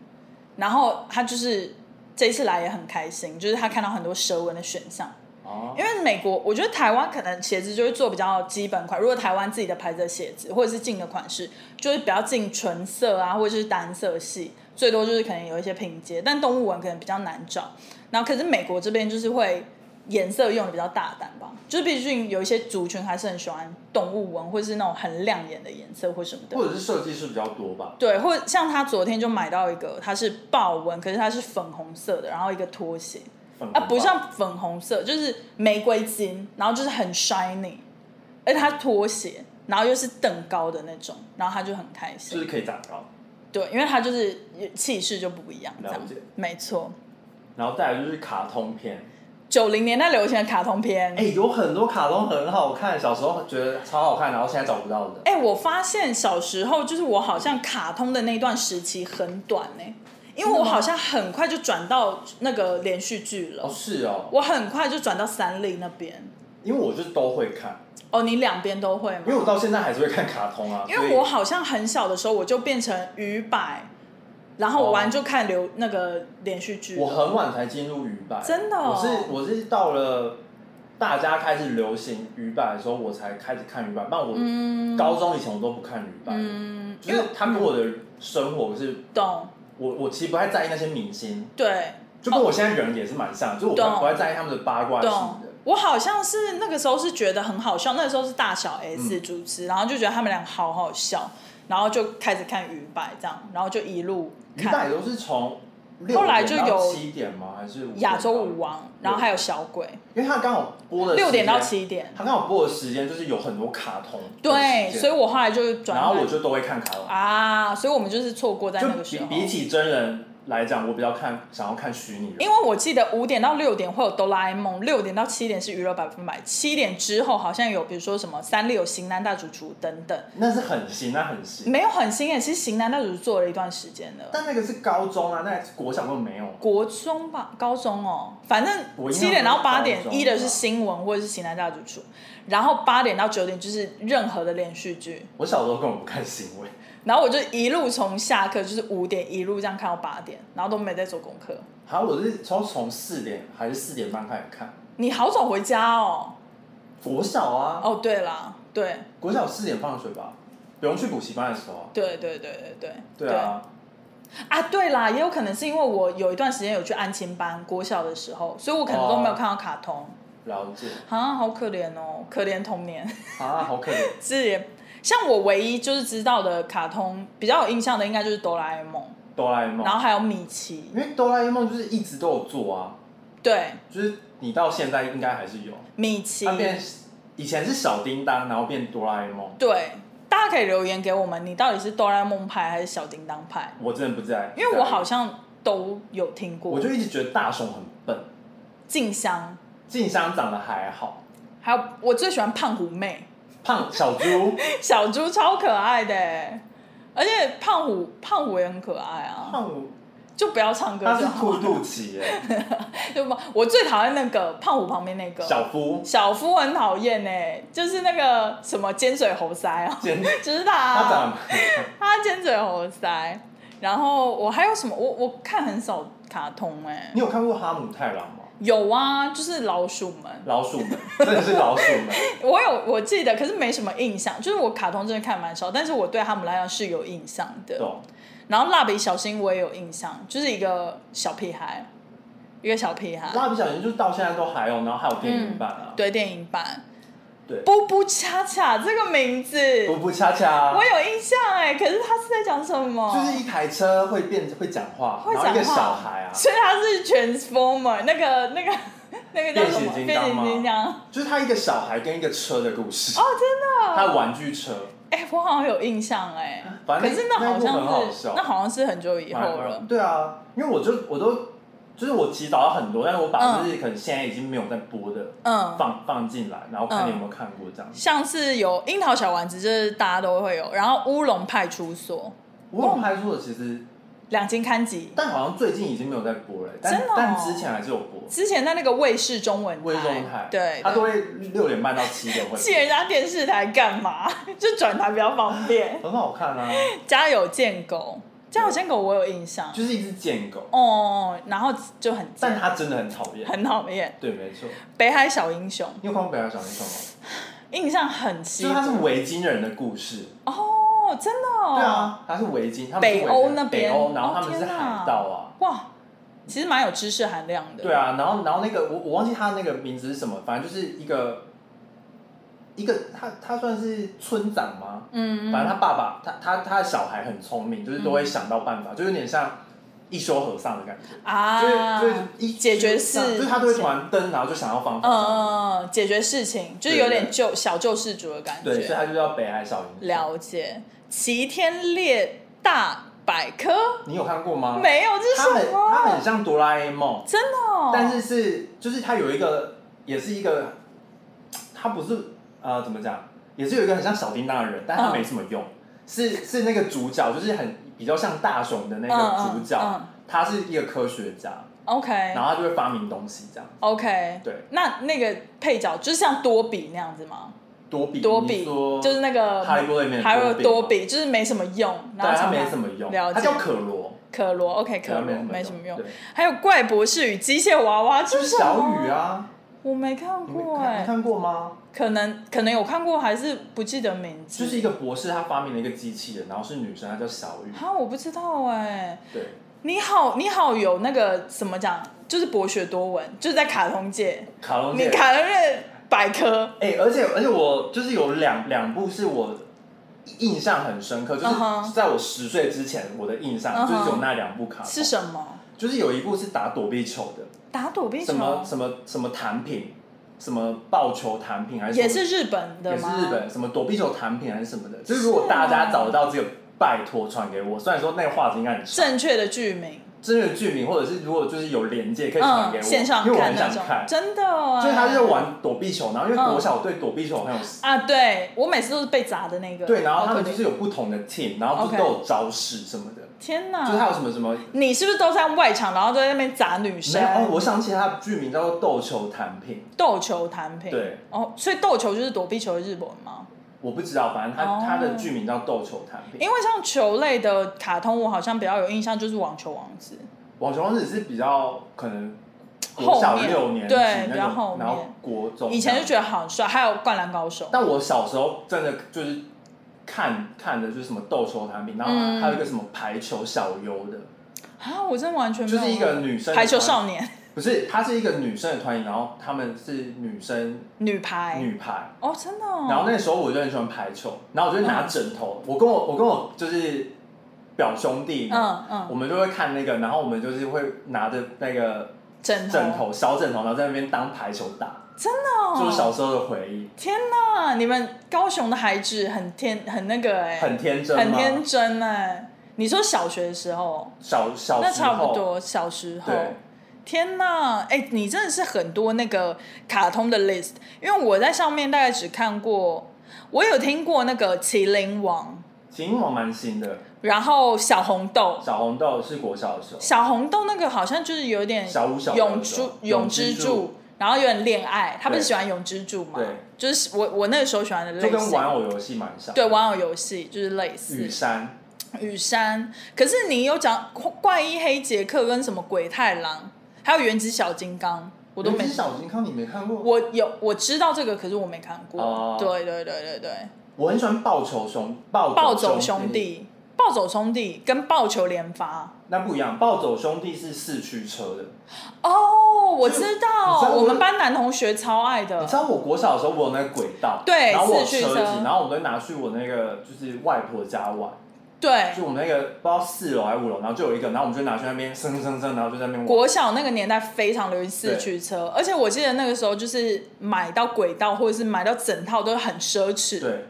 [SPEAKER 1] 然后他就是这一次来也很开心，就是他看到很多蛇纹的选项。
[SPEAKER 2] 哦
[SPEAKER 1] 因，为美国，我觉得台湾可能鞋子就会做比较基本款。如果台湾自己的牌子的鞋子，或者是进的款式，就是比较进纯色啊，或者是单色系，最多就是可能有一些拼接，但动物纹可能比较难找。然后可是美国这边就是会颜色用的比较大胆吧，就是毕竟有一些族群还是很喜欢动物纹，或是那种很亮眼的颜色或什么的。
[SPEAKER 2] 或者是设计师比较多吧。
[SPEAKER 1] 对，或者像他昨天就买到一个，它是豹纹，可是它是粉红色的，然后一个拖鞋，
[SPEAKER 2] 粉红
[SPEAKER 1] 啊，
[SPEAKER 2] 吧
[SPEAKER 1] 不像粉红色，就是玫瑰金，然后就是很 shiny，而且它拖鞋，然后又是凳高的那种，然后他就很开
[SPEAKER 2] 就
[SPEAKER 1] 心。
[SPEAKER 2] 是可以长高。
[SPEAKER 1] 对，因为他就是气势就不一样，这
[SPEAKER 2] 了
[SPEAKER 1] 样
[SPEAKER 2] 解
[SPEAKER 1] 没错。
[SPEAKER 2] 然后再来就是卡通片，
[SPEAKER 1] 九零年代流行的卡通片，
[SPEAKER 2] 哎、有很多卡通很好看，小时候觉得超好看，然后现在找不到的。
[SPEAKER 1] 哎、我发现小时候就是我好像卡通的那段时期很短呢、因为我好像很快就转到那个连续剧了
[SPEAKER 2] 哦，。是哦，
[SPEAKER 1] 我很快就转到三立那边。
[SPEAKER 2] 因为我就是都会看，
[SPEAKER 1] 哦，你两边都会
[SPEAKER 2] 因为
[SPEAKER 1] 吗？
[SPEAKER 2] 我到现在还是会看卡通啊。
[SPEAKER 1] 因为我好像很小的时候我就变成鱼百，然后
[SPEAKER 2] 哦
[SPEAKER 1] 玩就看流、那个连续剧
[SPEAKER 2] 所以我
[SPEAKER 1] 了。
[SPEAKER 2] 很晚才进入鱼百，
[SPEAKER 1] 真的哦
[SPEAKER 2] 我是我是到了大家开始流行鱼百的时候，我才开始看鱼百。但我
[SPEAKER 1] 嗯
[SPEAKER 2] 高中以前我都不看鱼百，
[SPEAKER 1] 嗯，
[SPEAKER 2] 就
[SPEAKER 1] 因为
[SPEAKER 2] 是他跟我的生活是，
[SPEAKER 1] 懂
[SPEAKER 2] 我我其实不太在意那些明星，
[SPEAKER 1] 对
[SPEAKER 2] 就跟我现在人也是蛮像，就是我
[SPEAKER 1] 哦懂
[SPEAKER 2] 不不太在意他们的八卦什么
[SPEAKER 1] 懂
[SPEAKER 2] 的。。
[SPEAKER 1] 我好像是那个时候是觉得很好笑，那个时候是大小 S 主持，然后就觉得他们俩好好笑，然后就开始看鱼百这样，然后就一路
[SPEAKER 2] 鱼百
[SPEAKER 1] 看
[SPEAKER 2] 都是从六
[SPEAKER 1] 后来
[SPEAKER 2] 点
[SPEAKER 1] 就
[SPEAKER 2] 到
[SPEAKER 1] 有
[SPEAKER 2] 七点吗？还是五点
[SPEAKER 1] 亚洲
[SPEAKER 2] 到
[SPEAKER 1] 舞？王，然后还有小鬼，
[SPEAKER 2] 因为他刚好播的
[SPEAKER 1] 六点到
[SPEAKER 2] 时间，
[SPEAKER 1] 七点。
[SPEAKER 2] 他刚好播的时间就是有很多卡通的时间。
[SPEAKER 1] 对，所以我后来就转
[SPEAKER 2] 然后
[SPEAKER 1] 来
[SPEAKER 2] 我就都会看卡通，
[SPEAKER 1] 啊，所以我们就是错过在那个时
[SPEAKER 2] 就
[SPEAKER 1] 候。
[SPEAKER 2] 比比起真人，来讲，我比较看想要看虚拟人，
[SPEAKER 1] 因为我记得五点到六点会有哆啦 A 梦，六点到七点是娱乐百分百，七点之后好像有比如说什么三六型男大主厨等等，
[SPEAKER 2] 那是很新，那很新。
[SPEAKER 1] 没有很新诶，其实型男大主厨做了一段时间了，
[SPEAKER 2] 但那个是高中啊，那国小都没有。
[SPEAKER 1] 国中吧，高中哦，反正
[SPEAKER 2] 我印象
[SPEAKER 1] 七点到八点
[SPEAKER 2] 中是
[SPEAKER 1] 一的
[SPEAKER 2] 高中
[SPEAKER 1] 是
[SPEAKER 2] 吧
[SPEAKER 1] 新闻或者是型男大主厨，然后八点到九点就是任何的连续剧，
[SPEAKER 2] 我小时候根本不看新闻，
[SPEAKER 1] 然后我就一路从下课就是五点一路这样看到八点，然后都没在做功课。
[SPEAKER 2] 好，我是从从四点还是四点半开始看，
[SPEAKER 1] 你好早回家哦。
[SPEAKER 2] 国小啊，
[SPEAKER 1] 哦，对啦，对
[SPEAKER 2] 国小四点放学吧，不用去补习班的时候啊。
[SPEAKER 1] 对对对对对
[SPEAKER 2] 对啊，
[SPEAKER 1] 啊，对啦，也有可能是因为我有一段时间有去安亲班，国小的时候，所以我可能都没有看到卡通。
[SPEAKER 2] 了解
[SPEAKER 1] 啊，好可怜哦，可怜童年。 *laughs*
[SPEAKER 2] 啊，好可怜。
[SPEAKER 1] 是，像我唯一就是知道的卡通比较有印象的，应该就是哆啦 A 梦，
[SPEAKER 2] 哆啦 A
[SPEAKER 1] 然
[SPEAKER 2] 梦，
[SPEAKER 1] 后还有米奇
[SPEAKER 2] 因。为哆啦 A 梦就是一直都有做啊，
[SPEAKER 1] 对，
[SPEAKER 2] 就是你到现在应该还是有。
[SPEAKER 1] 米奇
[SPEAKER 2] 它。变以前是小叮当，然后变哆啦 A 梦，
[SPEAKER 1] 对，大家可以留言给我们，你到底是哆啦 A 梦派还是小叮当派？
[SPEAKER 2] 我真的不在。
[SPEAKER 1] 因为我好，像都有听过。
[SPEAKER 2] 啊我就一直觉得大雄很笨，
[SPEAKER 1] 静香，
[SPEAKER 2] 静香长得还好，
[SPEAKER 1] 还有我最喜欢胖虎妹。
[SPEAKER 2] 胖小猪，
[SPEAKER 1] 小猪超可爱的欸，而且胖虎胖虎也很可爱啊，
[SPEAKER 2] 胖虎
[SPEAKER 1] 就不要唱歌
[SPEAKER 2] 他
[SPEAKER 1] 就是好
[SPEAKER 2] 兔
[SPEAKER 1] 了。
[SPEAKER 2] 肚脐耶，
[SPEAKER 1] 对吧？我最讨厌那个胖虎旁边那个
[SPEAKER 2] 小夫
[SPEAKER 1] 小夫很讨厌哎，就是那个什么尖嘴猴腮啊， *laughs*
[SPEAKER 2] 尖，
[SPEAKER 1] 就是他
[SPEAKER 2] 他
[SPEAKER 1] 啊、
[SPEAKER 2] 长得
[SPEAKER 1] 他尖嘴猴腮。然后我还有什么？我我看很少卡通哎、
[SPEAKER 2] *laughs* 你有看过哈姆太郎吗？
[SPEAKER 1] 有啊，就是老鼠们，
[SPEAKER 2] 老鼠
[SPEAKER 1] *laughs*
[SPEAKER 2] 们，真的是老鼠们。
[SPEAKER 1] 我有我记得，可是没什么印象。就是我卡通真的看蛮少，但是我对他们来讲是有印象的。
[SPEAKER 2] 懂，
[SPEAKER 1] 然后蜡笔小新我也有印象，就是一个小屁孩，一个小屁孩，
[SPEAKER 2] 蜡笔小新就是到现在都还有，然后还有电影版啊，
[SPEAKER 1] 对电影版
[SPEAKER 2] 对
[SPEAKER 1] 布布恰恰这个名字
[SPEAKER 2] 不不恰啊恰，
[SPEAKER 1] 我有印象哎，可是他是在讲什么？
[SPEAKER 2] 就是一台车会变会讲话，
[SPEAKER 1] 哦会讲话，
[SPEAKER 2] 然后一个小孩啊，
[SPEAKER 1] 所以他是 Transformer 那个那个 *laughs* 那个叫什么？
[SPEAKER 2] 变形金
[SPEAKER 1] 变
[SPEAKER 2] 刚
[SPEAKER 1] 形
[SPEAKER 2] 吗
[SPEAKER 1] 金刚
[SPEAKER 2] 就是他一个小孩跟一个车的故事，
[SPEAKER 1] 哦，真的
[SPEAKER 2] 他的玩具车，
[SPEAKER 1] 哎、我好像有印象哎，
[SPEAKER 2] 反
[SPEAKER 1] 可
[SPEAKER 2] 正
[SPEAKER 1] 是那
[SPEAKER 2] 那一
[SPEAKER 1] 好
[SPEAKER 2] 部
[SPEAKER 1] 像
[SPEAKER 2] 很好
[SPEAKER 1] 是
[SPEAKER 2] 笑
[SPEAKER 1] 那好像是很久以后了，
[SPEAKER 2] 对啊，因为我就我都就是我祈祷了很多，但是我把
[SPEAKER 1] 嗯
[SPEAKER 2] 就是可能现在已经没有在播的
[SPEAKER 1] 嗯。
[SPEAKER 2] 放放进来，然后看你有没有看过这样。
[SPEAKER 1] 像是有樱桃小丸子，就是大家都会有，然后乌龙派出所，
[SPEAKER 2] 我有拍出的其实，
[SPEAKER 1] 两金刊集，
[SPEAKER 2] 但好像最近已经没有在播了，但
[SPEAKER 1] 真的哦
[SPEAKER 2] 但之前还是有播。
[SPEAKER 1] 之前在那个卫视中文台，
[SPEAKER 2] 微中台，
[SPEAKER 1] 哎对，
[SPEAKER 2] 他
[SPEAKER 1] 对
[SPEAKER 2] 都会六点半到七点
[SPEAKER 1] *laughs*
[SPEAKER 2] 会
[SPEAKER 1] 去人家电视台干嘛？ *laughs* 就转台比较方
[SPEAKER 2] *laughs*
[SPEAKER 1] 便。
[SPEAKER 2] 很好看啊，
[SPEAKER 1] 家有贱狗，家有贱狗我有印象，
[SPEAKER 2] 就是一只贱狗，
[SPEAKER 1] 哦，然后就很
[SPEAKER 2] 但
[SPEAKER 1] 贱，
[SPEAKER 2] 它真的很讨厌。
[SPEAKER 1] 很讨厌。
[SPEAKER 2] 对，没错。
[SPEAKER 1] 北海小英雄
[SPEAKER 2] 你有看过《北海小英雄》吗？
[SPEAKER 1] 印象很
[SPEAKER 2] 就
[SPEAKER 1] 深
[SPEAKER 2] 是它是维京人的故事。
[SPEAKER 1] 哦，真的、哦，
[SPEAKER 2] 对，啊，它是维京，他们是维
[SPEAKER 1] 北
[SPEAKER 2] 京
[SPEAKER 1] 欧那
[SPEAKER 2] 北
[SPEAKER 1] 边，
[SPEAKER 2] 欧，然后他
[SPEAKER 1] 哦
[SPEAKER 2] 们是
[SPEAKER 1] 天哪
[SPEAKER 2] 海盗啊。
[SPEAKER 1] 哇，其实蛮有知识含量的，
[SPEAKER 2] 对啊，然后然后那个我我忘记他那个名字是什么，反正就是一个一个他他算是村长吗？
[SPEAKER 1] 嗯，嗯，嗯
[SPEAKER 2] 反正他爸爸他他他的小孩很聪明，就是都会想到办法，就有点像一休和尚的感觉，
[SPEAKER 1] 啊，
[SPEAKER 2] 就是就是一
[SPEAKER 1] 解决事
[SPEAKER 2] 就是他都会突然灯，然后就想到方
[SPEAKER 1] 嗯
[SPEAKER 2] 法。
[SPEAKER 1] 嗯，嗯解决事情就是有点
[SPEAKER 2] 对对
[SPEAKER 1] 救小救世主的感
[SPEAKER 2] 对，所以
[SPEAKER 1] 觉。
[SPEAKER 2] 他就叫北海小英雄。
[SPEAKER 1] 了解，《齐天列大百科
[SPEAKER 2] 你有看过》吗？
[SPEAKER 1] 没有，这
[SPEAKER 2] 它
[SPEAKER 1] 是
[SPEAKER 2] 很
[SPEAKER 1] 什
[SPEAKER 2] 它
[SPEAKER 1] 么
[SPEAKER 2] 很？像哆啦 A 梦，
[SPEAKER 1] 真的哦，
[SPEAKER 2] 但是是就是它有一个也是一个，它不是呃怎么讲，也是有一个很像小叮当的人，但他
[SPEAKER 1] 嗯
[SPEAKER 2] 没什么用，是是那个主角，就是很比较像大雄的那个主角，
[SPEAKER 1] 嗯嗯嗯哎
[SPEAKER 2] 他是一个科学家，
[SPEAKER 1] OK
[SPEAKER 2] 然后他就会发明东西这样。
[SPEAKER 1] OK，
[SPEAKER 2] 对，
[SPEAKER 1] 那那个配角就是像多比那样子吗？
[SPEAKER 2] 多比
[SPEAKER 1] 多
[SPEAKER 2] 你
[SPEAKER 1] 比
[SPEAKER 2] 说
[SPEAKER 1] 就是那个
[SPEAKER 2] 哈利波特里面的
[SPEAKER 1] 还有
[SPEAKER 2] 多
[SPEAKER 1] 多
[SPEAKER 2] 比
[SPEAKER 1] 比，就是没什么用，然
[SPEAKER 2] 对啊
[SPEAKER 1] 后
[SPEAKER 2] 他
[SPEAKER 1] 常
[SPEAKER 2] 没
[SPEAKER 1] 常
[SPEAKER 2] 什么用，
[SPEAKER 1] 了
[SPEAKER 2] 他
[SPEAKER 1] 解
[SPEAKER 2] 叫可罗，
[SPEAKER 1] 可罗 OK
[SPEAKER 2] 对
[SPEAKER 1] 可
[SPEAKER 2] 他
[SPEAKER 1] 罗
[SPEAKER 2] 没
[SPEAKER 1] 没
[SPEAKER 2] 什
[SPEAKER 1] 什
[SPEAKER 2] 么
[SPEAKER 1] 么
[SPEAKER 2] 用，
[SPEAKER 1] 用
[SPEAKER 2] 对，，
[SPEAKER 1] 还有怪博士与机械娃娃，
[SPEAKER 2] 就
[SPEAKER 1] 这什
[SPEAKER 2] 是
[SPEAKER 1] 么
[SPEAKER 2] 小雨，啊，
[SPEAKER 1] 我没看
[SPEAKER 2] 你没
[SPEAKER 1] 过
[SPEAKER 2] 看
[SPEAKER 1] 哎
[SPEAKER 2] 你，看过吗？
[SPEAKER 1] 可能可能有看过，还是不记得名字。
[SPEAKER 2] 就是一个博士，他发明了一个机器人，然后是女生，她叫小雨。
[SPEAKER 1] 哈，我不知道哎、
[SPEAKER 2] 对，
[SPEAKER 1] 你好，你好，有那个怎么讲，就是博学多闻，就是在卡通界，
[SPEAKER 2] 卡通
[SPEAKER 1] 你
[SPEAKER 2] 界。
[SPEAKER 1] 卡通界百科，
[SPEAKER 2] 哎、而且而且我就是有两两部是我印象很深刻，就
[SPEAKER 1] 嗯哼
[SPEAKER 2] 是在我十岁之前，我的印象
[SPEAKER 1] 嗯
[SPEAKER 2] 就
[SPEAKER 1] 哼
[SPEAKER 2] 是有那两部卡通。
[SPEAKER 1] 是什么？
[SPEAKER 2] 就是有一部是打躲避球的，
[SPEAKER 1] 打躲避球
[SPEAKER 2] 什么什么什么弹品，什么棒球弹品还是什么
[SPEAKER 1] 也是日本的
[SPEAKER 2] 也是
[SPEAKER 1] 吗？
[SPEAKER 2] 日本什么躲避球弹品还是什么的。就是如果大
[SPEAKER 1] 是啊
[SPEAKER 2] 家找得到这个，拜托传给我。虽然说那个画质应该很差
[SPEAKER 1] 正确的剧名
[SPEAKER 2] 这个剧名，或者是如果就是有连接，可以传给
[SPEAKER 1] 嗯，
[SPEAKER 2] 我，
[SPEAKER 1] 线上
[SPEAKER 2] 因为我
[SPEAKER 1] 看
[SPEAKER 2] 很
[SPEAKER 1] 那
[SPEAKER 2] 想
[SPEAKER 1] 种
[SPEAKER 2] 看，。
[SPEAKER 1] 真的啊，
[SPEAKER 2] 就是他就是玩躲避球，然后因为
[SPEAKER 1] 嗯
[SPEAKER 2] 国小我对躲避球很有
[SPEAKER 1] 啊，对我每次都是被砸的那个，
[SPEAKER 2] 对，然后他
[SPEAKER 1] 好可
[SPEAKER 2] 们
[SPEAKER 1] 怜
[SPEAKER 2] 就是有不同的 team，然后就
[SPEAKER 1] OK 嗯
[SPEAKER 2] 是都有招式什么的，
[SPEAKER 1] 天
[SPEAKER 2] 就是他
[SPEAKER 1] 哪，
[SPEAKER 2] 有什么什么。
[SPEAKER 1] 你是不是都在外场，然后都在那边砸女
[SPEAKER 2] 没
[SPEAKER 1] 生
[SPEAKER 2] 有，？哦，我想起他的剧名叫做《斗球弹平
[SPEAKER 1] 斗球弹平，
[SPEAKER 2] 对，
[SPEAKER 1] 哦，所以斗球就是躲避球的日本吗？》，
[SPEAKER 2] 我不知道，反正他、
[SPEAKER 1] 哦
[SPEAKER 2] 他的剧名叫《斗球弹平》。
[SPEAKER 1] 因为像球类的卡通，我好像比较有印象就是网球王子，
[SPEAKER 2] 网球王子是比较可能
[SPEAKER 1] 后
[SPEAKER 2] 国小
[SPEAKER 1] 面
[SPEAKER 2] 六年级
[SPEAKER 1] 对
[SPEAKER 2] 那
[SPEAKER 1] 比较
[SPEAKER 2] 种，
[SPEAKER 1] 后面
[SPEAKER 2] 然后国中
[SPEAKER 1] 以前就
[SPEAKER 2] 得，
[SPEAKER 1] 觉得好帅，还有灌篮高手，
[SPEAKER 2] 但我小时候真的就是看看的就是什么斗球弹平，然
[SPEAKER 1] 嗯
[SPEAKER 2] 后还有一个什么排球小优的，
[SPEAKER 1] 啊，我真的完全没
[SPEAKER 2] 就
[SPEAKER 1] 有
[SPEAKER 2] 是一个女生的
[SPEAKER 1] 排球
[SPEAKER 2] 团
[SPEAKER 1] 少年
[SPEAKER 2] 不是，她是一个女生的团体，然后她们是女生
[SPEAKER 1] 女排，
[SPEAKER 2] 女排。
[SPEAKER 1] 哦，真的、哦，嗯
[SPEAKER 2] 然后那时候我就很喜欢排球，然后我就拿枕头，我跟我我跟我就是表兄弟，
[SPEAKER 1] 嗯嗯，
[SPEAKER 2] 我们就会看那个，然后我们就是会拿着那个
[SPEAKER 1] 枕头，
[SPEAKER 2] 枕头小枕头，然后在那边当排球打，
[SPEAKER 1] 哦
[SPEAKER 2] 就是小时候的回忆，
[SPEAKER 1] 天哪，你们高雄的孩子很天很那个哎、
[SPEAKER 2] 很天真
[SPEAKER 1] 很
[SPEAKER 2] 吗？
[SPEAKER 1] 天真哎、你说小学的时候，
[SPEAKER 2] 小小
[SPEAKER 1] 那
[SPEAKER 2] 时
[SPEAKER 1] 差不
[SPEAKER 2] 候，
[SPEAKER 1] 多哦小时候。
[SPEAKER 2] 对，
[SPEAKER 1] 天呐，哎、你真的是很多那个卡通的 list，因为我在上面大概只看过，我有听过那个《麒麟王
[SPEAKER 2] 秦王蛮新的，》，
[SPEAKER 1] 然后小红豆，
[SPEAKER 2] 小红豆是国小的时候，
[SPEAKER 1] 小红豆那个好像就是有点
[SPEAKER 2] 小五小六
[SPEAKER 1] 永
[SPEAKER 2] 的时
[SPEAKER 1] 珠
[SPEAKER 2] 候
[SPEAKER 1] 永
[SPEAKER 2] 永之
[SPEAKER 1] 之
[SPEAKER 2] 助
[SPEAKER 1] 助，然后有点恋爱，他不是
[SPEAKER 2] 对
[SPEAKER 1] 喜欢永之助嘛
[SPEAKER 2] 对，
[SPEAKER 1] 就是我我那个时候喜欢的
[SPEAKER 2] 就
[SPEAKER 1] 类
[SPEAKER 2] 跟玩
[SPEAKER 1] 型，
[SPEAKER 2] 偶游戏蛮像，
[SPEAKER 1] 对，玩偶游戏就是类似
[SPEAKER 2] 雨山
[SPEAKER 1] 雨山，可是你有讲怪医黑杰克跟什么鬼太郎，还有原子小金刚，我都没
[SPEAKER 2] 原子小金刚你没看过，
[SPEAKER 1] 我有我知道这个，可是我没看过。
[SPEAKER 2] 哦
[SPEAKER 1] 对对对对对，
[SPEAKER 2] 我很喜欢暴球兄暴
[SPEAKER 1] 暴
[SPEAKER 2] 走
[SPEAKER 1] 走兄
[SPEAKER 2] 弟，
[SPEAKER 1] 弟，暴走兄弟跟棒球连发。
[SPEAKER 2] 那不一样，暴走兄弟是四驱车的。
[SPEAKER 1] 哦，我
[SPEAKER 2] 就是
[SPEAKER 1] 知
[SPEAKER 2] 你
[SPEAKER 1] 道，
[SPEAKER 2] 知道
[SPEAKER 1] 我
[SPEAKER 2] 我
[SPEAKER 1] 们班男同学超爱
[SPEAKER 2] 你
[SPEAKER 1] 的
[SPEAKER 2] 知。道我国小的时候，我有那个轨道，
[SPEAKER 1] 对
[SPEAKER 2] 然后我有
[SPEAKER 1] 四驱
[SPEAKER 2] 车
[SPEAKER 1] 车
[SPEAKER 2] 子，然后我都拿去我那个就是外婆家玩，
[SPEAKER 1] 对，
[SPEAKER 2] 就我们那个不知道四楼还是五楼，然后就有一个，然后我们就拿去那边升升升，然后就在那边玩。
[SPEAKER 1] 国小那个年代非常流行四驱车，而且我记得那个时候就是买到轨道或者是买到整套都很奢侈，
[SPEAKER 2] 对，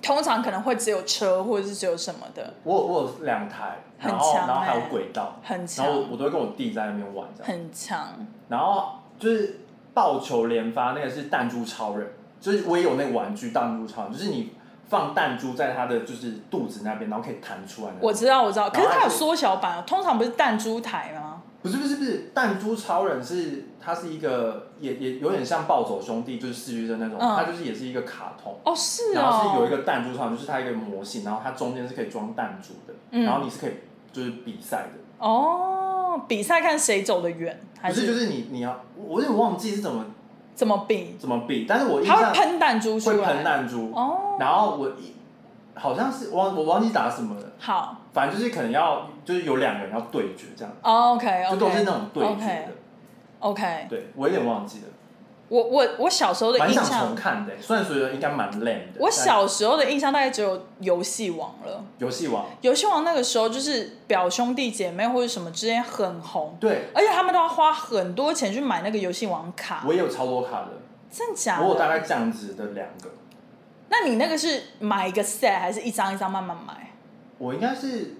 [SPEAKER 1] 通常可能会只有车或者是只有什么的，
[SPEAKER 2] 我有我有两台，
[SPEAKER 1] 很
[SPEAKER 2] 然后
[SPEAKER 1] 强
[SPEAKER 2] 然后还
[SPEAKER 1] 欸
[SPEAKER 2] 有轨道，
[SPEAKER 1] 很
[SPEAKER 2] 然后我
[SPEAKER 1] 强
[SPEAKER 2] 我都会跟我弟在那边玩这样，
[SPEAKER 1] 很强。
[SPEAKER 2] 然后就是爆球连发那个是弹珠超人，就是我也有那个玩具弹珠超人，就是你放弹珠在他的就是肚子那边，然后可以弹出来的。
[SPEAKER 1] 我知道，我知道，可是
[SPEAKER 2] 然后
[SPEAKER 1] 它
[SPEAKER 2] 还
[SPEAKER 1] 有
[SPEAKER 2] 是
[SPEAKER 1] 缩小版，啊通常不是弹珠台吗？
[SPEAKER 2] 不是不是不是，弹珠超人是它是一个也也有点像暴走兄弟，就是四驱车那种，
[SPEAKER 1] 嗯
[SPEAKER 2] 它就是也是一个卡通。
[SPEAKER 1] 哦，是哦，
[SPEAKER 2] 然后是有一个弹珠超人，就是它一个模型，然后它中间是可以装弹珠的，
[SPEAKER 1] 嗯
[SPEAKER 2] 然后你是可以就是比赛的，
[SPEAKER 1] 哦，比赛看谁走得远，还
[SPEAKER 2] 不是就是你你要，我有点忘记是怎么
[SPEAKER 1] 怎么比？
[SPEAKER 2] 怎么比，但是我印
[SPEAKER 1] 他
[SPEAKER 2] 象
[SPEAKER 1] 会喷弹珠出
[SPEAKER 2] 会
[SPEAKER 1] 来。
[SPEAKER 2] 喷弹珠，
[SPEAKER 1] 哦，
[SPEAKER 2] 然后我一好像是忘我忘记打什么了，
[SPEAKER 1] 好
[SPEAKER 2] 反正就是可能要就是有两个人要对决这样，
[SPEAKER 1] 哦，OK
[SPEAKER 2] 就都是
[SPEAKER 1] OK
[SPEAKER 2] 那种对决的
[SPEAKER 1] OK，OK，
[SPEAKER 2] 对我有点忘记了。
[SPEAKER 1] 我我我小时候的
[SPEAKER 2] 蛮
[SPEAKER 1] 印
[SPEAKER 2] 想重
[SPEAKER 1] 象，
[SPEAKER 2] 看的，虽然觉得应该蛮累的。
[SPEAKER 1] 我小时候的印象大概只有游戏王了。
[SPEAKER 2] 但游戏王，
[SPEAKER 1] 游戏王那个时候就是表兄弟姐妹或者什么之间很红，
[SPEAKER 2] 对
[SPEAKER 1] 而且他们都要花很多钱去买那个游戏王卡，
[SPEAKER 2] 我也有超多卡的，
[SPEAKER 1] 真假
[SPEAKER 2] 我有大
[SPEAKER 1] 的？
[SPEAKER 2] 概这样子的两个，
[SPEAKER 1] 那你那个是买一个 set 还是一张一张慢慢买？
[SPEAKER 2] 我应该是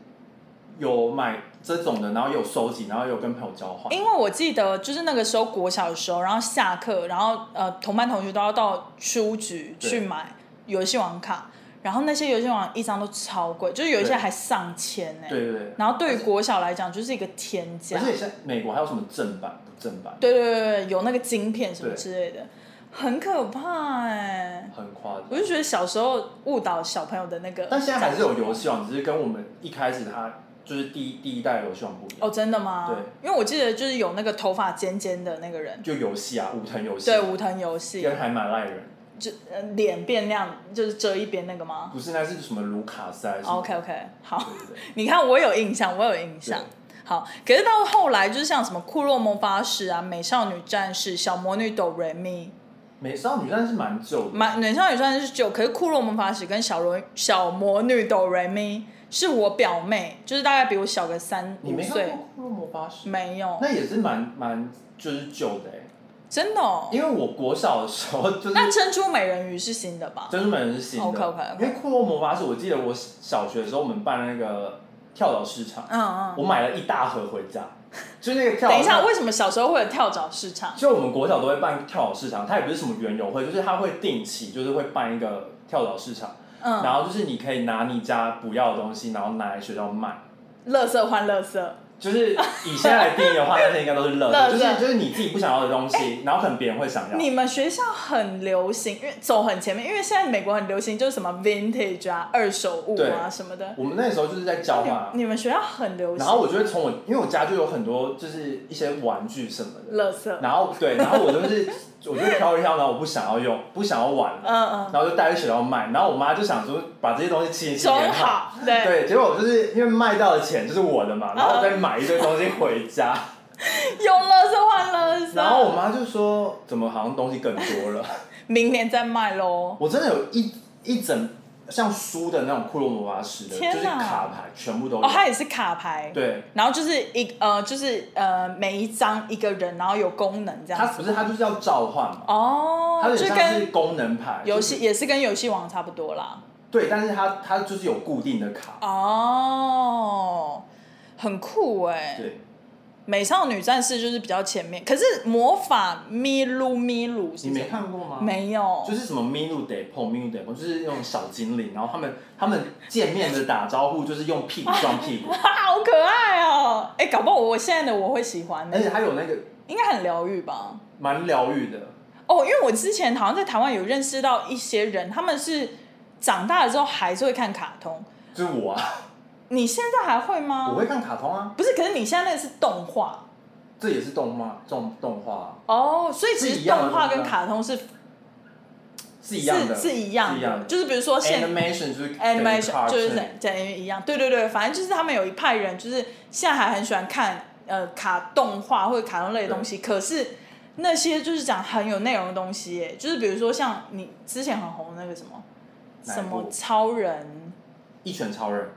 [SPEAKER 2] 有买这种的，然后有收集，然后有跟朋友交换。
[SPEAKER 1] 因为我记得就是那个时候国小的时候，然后下课，然后呃同班同学都要到书局
[SPEAKER 2] 对
[SPEAKER 1] 去买游戏王卡，然后那些游戏王一张都超贵，就是有一些
[SPEAKER 2] 对
[SPEAKER 1] 还上千呢、
[SPEAKER 2] 对对对，
[SPEAKER 1] 然后对于国小来讲，就是一个天价
[SPEAKER 2] 而。且现在美国还有什么正版不正版，
[SPEAKER 1] 对对对对，有那个晶片什么
[SPEAKER 2] 对
[SPEAKER 1] 之类的，很可怕哎、
[SPEAKER 2] 很夸
[SPEAKER 1] 我
[SPEAKER 2] 张。
[SPEAKER 1] 就觉得小时候误导小朋友的那个，
[SPEAKER 2] 但现在还是有游戏王，只是跟我们一开始它就是第一第一代游戏王不一样，
[SPEAKER 1] 哦，真的吗？
[SPEAKER 2] 对，
[SPEAKER 1] 因为我记得就是有那个头发尖尖的那个人，
[SPEAKER 2] 就游戏啊，武藤游戏，
[SPEAKER 1] 对，无藤游戏，
[SPEAKER 2] 跟海马赖人，
[SPEAKER 1] 就呃脸变亮，就是遮一边那个吗
[SPEAKER 2] 不是那是什么卢卡斯还是什么
[SPEAKER 1] 哦？OK OK，好，
[SPEAKER 2] 对对对
[SPEAKER 1] 你看我有印象，我有印象
[SPEAKER 2] 对。
[SPEAKER 1] 好，可是到后来就是像什么库洛魔法使啊、美少女战士、小魔女哆瑞咪，
[SPEAKER 2] 美少女战士蛮旧的，
[SPEAKER 1] 蛮美少女战士是九，可是库洛魔法使跟小罗小魔女哆瑞咪是我表妹，就是大概比我小个三
[SPEAKER 2] 你
[SPEAKER 1] 五
[SPEAKER 2] 没看过
[SPEAKER 1] 岁嗯
[SPEAKER 2] 《库洛魔法使》？
[SPEAKER 1] 没有，
[SPEAKER 2] 那也是蛮蛮就是旧的哎、
[SPEAKER 1] 真的、哦。
[SPEAKER 2] 因为我国小的时候就是
[SPEAKER 1] 那珍珠美人鱼是新的吧？
[SPEAKER 2] 珍珠美人是新的
[SPEAKER 1] OK，OK，OK
[SPEAKER 2] 因为《库洛魔法使》我记得我小学的时候我们办那个跳蚤市场，
[SPEAKER 1] 嗯嗯。
[SPEAKER 2] 我买了一大盒回家，就是那个跳蚤。
[SPEAKER 1] 等一下，为什么小时候会有跳蚤市场？
[SPEAKER 2] 就我们国小都会办跳蚤市场，它也不是什么园游会，就是它会定期就是会办一个跳蚤市场，
[SPEAKER 1] 嗯，
[SPEAKER 2] 然后就是你可以拿你家不要的东西，然后拿来学校卖。
[SPEAKER 1] 乐色换乐色，
[SPEAKER 2] 就是以现在来定义的话，那些应该都是
[SPEAKER 1] *laughs*
[SPEAKER 2] 乐
[SPEAKER 1] 垃圾
[SPEAKER 2] 的，就是就是你自己不想要的东
[SPEAKER 1] 哎
[SPEAKER 2] 西，然后可能别人会想要。
[SPEAKER 1] 你们学校很流行，因为走很前面，因为现在美国很流行就是什么 vintage 啊、二手物啊
[SPEAKER 2] 对
[SPEAKER 1] 什么的。
[SPEAKER 2] 我们那时候就是在交嘛
[SPEAKER 1] 你，你们学校很流
[SPEAKER 2] 然后
[SPEAKER 1] 行
[SPEAKER 2] 我就会从我，因为我家就有很多就是一些玩具什么的，
[SPEAKER 1] 乐色，
[SPEAKER 2] 然后对，然后我就是我就挑一挑，然后我不想要用，不想要玩了，
[SPEAKER 1] 嗯嗯，
[SPEAKER 2] 然后就带去学校卖，然后我妈就想说把这些东西清一清给
[SPEAKER 1] 中
[SPEAKER 2] 她。
[SPEAKER 1] 好，对，
[SPEAKER 2] 对，结果我就是因为卖到的钱就是我的嘛，然后我
[SPEAKER 1] 嗯
[SPEAKER 2] 再买一堆东西回
[SPEAKER 1] *laughs*
[SPEAKER 2] 家，
[SPEAKER 1] 用乐色换乐色，
[SPEAKER 2] 然后我妈就说怎么好像东西更多了。 *laughs*
[SPEAKER 1] 明年再卖喽。
[SPEAKER 2] 我真的有一一整像书的那种库洛魔法使的，就
[SPEAKER 1] 天
[SPEAKER 2] 是
[SPEAKER 1] 哪
[SPEAKER 2] 卡牌全部都有。
[SPEAKER 1] 哦，它也是卡牌，
[SPEAKER 2] 对，
[SPEAKER 1] 然后就是一呃，就是呃，每一张一个人，然后有功能这
[SPEAKER 2] 它
[SPEAKER 1] 样子。
[SPEAKER 2] 不是它就是要召唤嘛，
[SPEAKER 1] 哦
[SPEAKER 2] 它，有
[SPEAKER 1] 就
[SPEAKER 2] 点像是
[SPEAKER 1] 跟
[SPEAKER 2] 功能牌
[SPEAKER 1] 游
[SPEAKER 2] 就
[SPEAKER 1] 戏
[SPEAKER 2] 是
[SPEAKER 1] 也是跟游戏王差不多啦。
[SPEAKER 2] 对，但是它它就是有固定的卡，
[SPEAKER 1] 哦，很酷哎、
[SPEAKER 2] 对，
[SPEAKER 1] 美少女战士就是比较前面，可是魔法咪噜咪噜是
[SPEAKER 2] 你没
[SPEAKER 1] 什么？
[SPEAKER 2] 看过吗？。
[SPEAKER 1] 没有，
[SPEAKER 2] 就是什么 minu d e p o minu d e p o 就是那种小精灵，然后他们他们见面的打招呼就是用屁股撞屁
[SPEAKER 1] *laughs* *laughs*
[SPEAKER 2] 股，
[SPEAKER 1] 好可爱哦、哎、搞不好我现在的我会喜欢的、
[SPEAKER 2] 而且它有那个
[SPEAKER 1] 应该很疗愈吧？
[SPEAKER 2] 蛮疗愈的，
[SPEAKER 1] 哦，因为我之前好像在台湾有认识到一些人，他们是长大了之后还是会看卡通。
[SPEAKER 2] 就是我啊，
[SPEAKER 1] 你现在还会吗？
[SPEAKER 2] 我会看卡通啊，
[SPEAKER 1] 不是，可是你现在那个是动画
[SPEAKER 2] 这也是动漫动动画啊，
[SPEAKER 1] 哦，所以其
[SPEAKER 2] 是
[SPEAKER 1] 实
[SPEAKER 2] 一样的
[SPEAKER 1] 动画
[SPEAKER 2] 东西
[SPEAKER 1] 跟
[SPEAKER 2] 啊
[SPEAKER 1] 卡通是
[SPEAKER 2] 是一样的，
[SPEAKER 1] 是一样
[SPEAKER 2] 是一样的
[SPEAKER 1] 就是比如说现
[SPEAKER 2] animation 就是
[SPEAKER 1] animation 就是
[SPEAKER 2] cartoon
[SPEAKER 1] 等于一样，对对对，反正就是他们有一派人，就是现在还很喜欢看呃卡动画或者卡通类的东西，可是那些就是讲很有内容的东西耶，就是比如说像你之前很红的那个什么
[SPEAKER 2] 哪一
[SPEAKER 1] 什么
[SPEAKER 2] 部
[SPEAKER 1] 超人，
[SPEAKER 2] 一拳超人，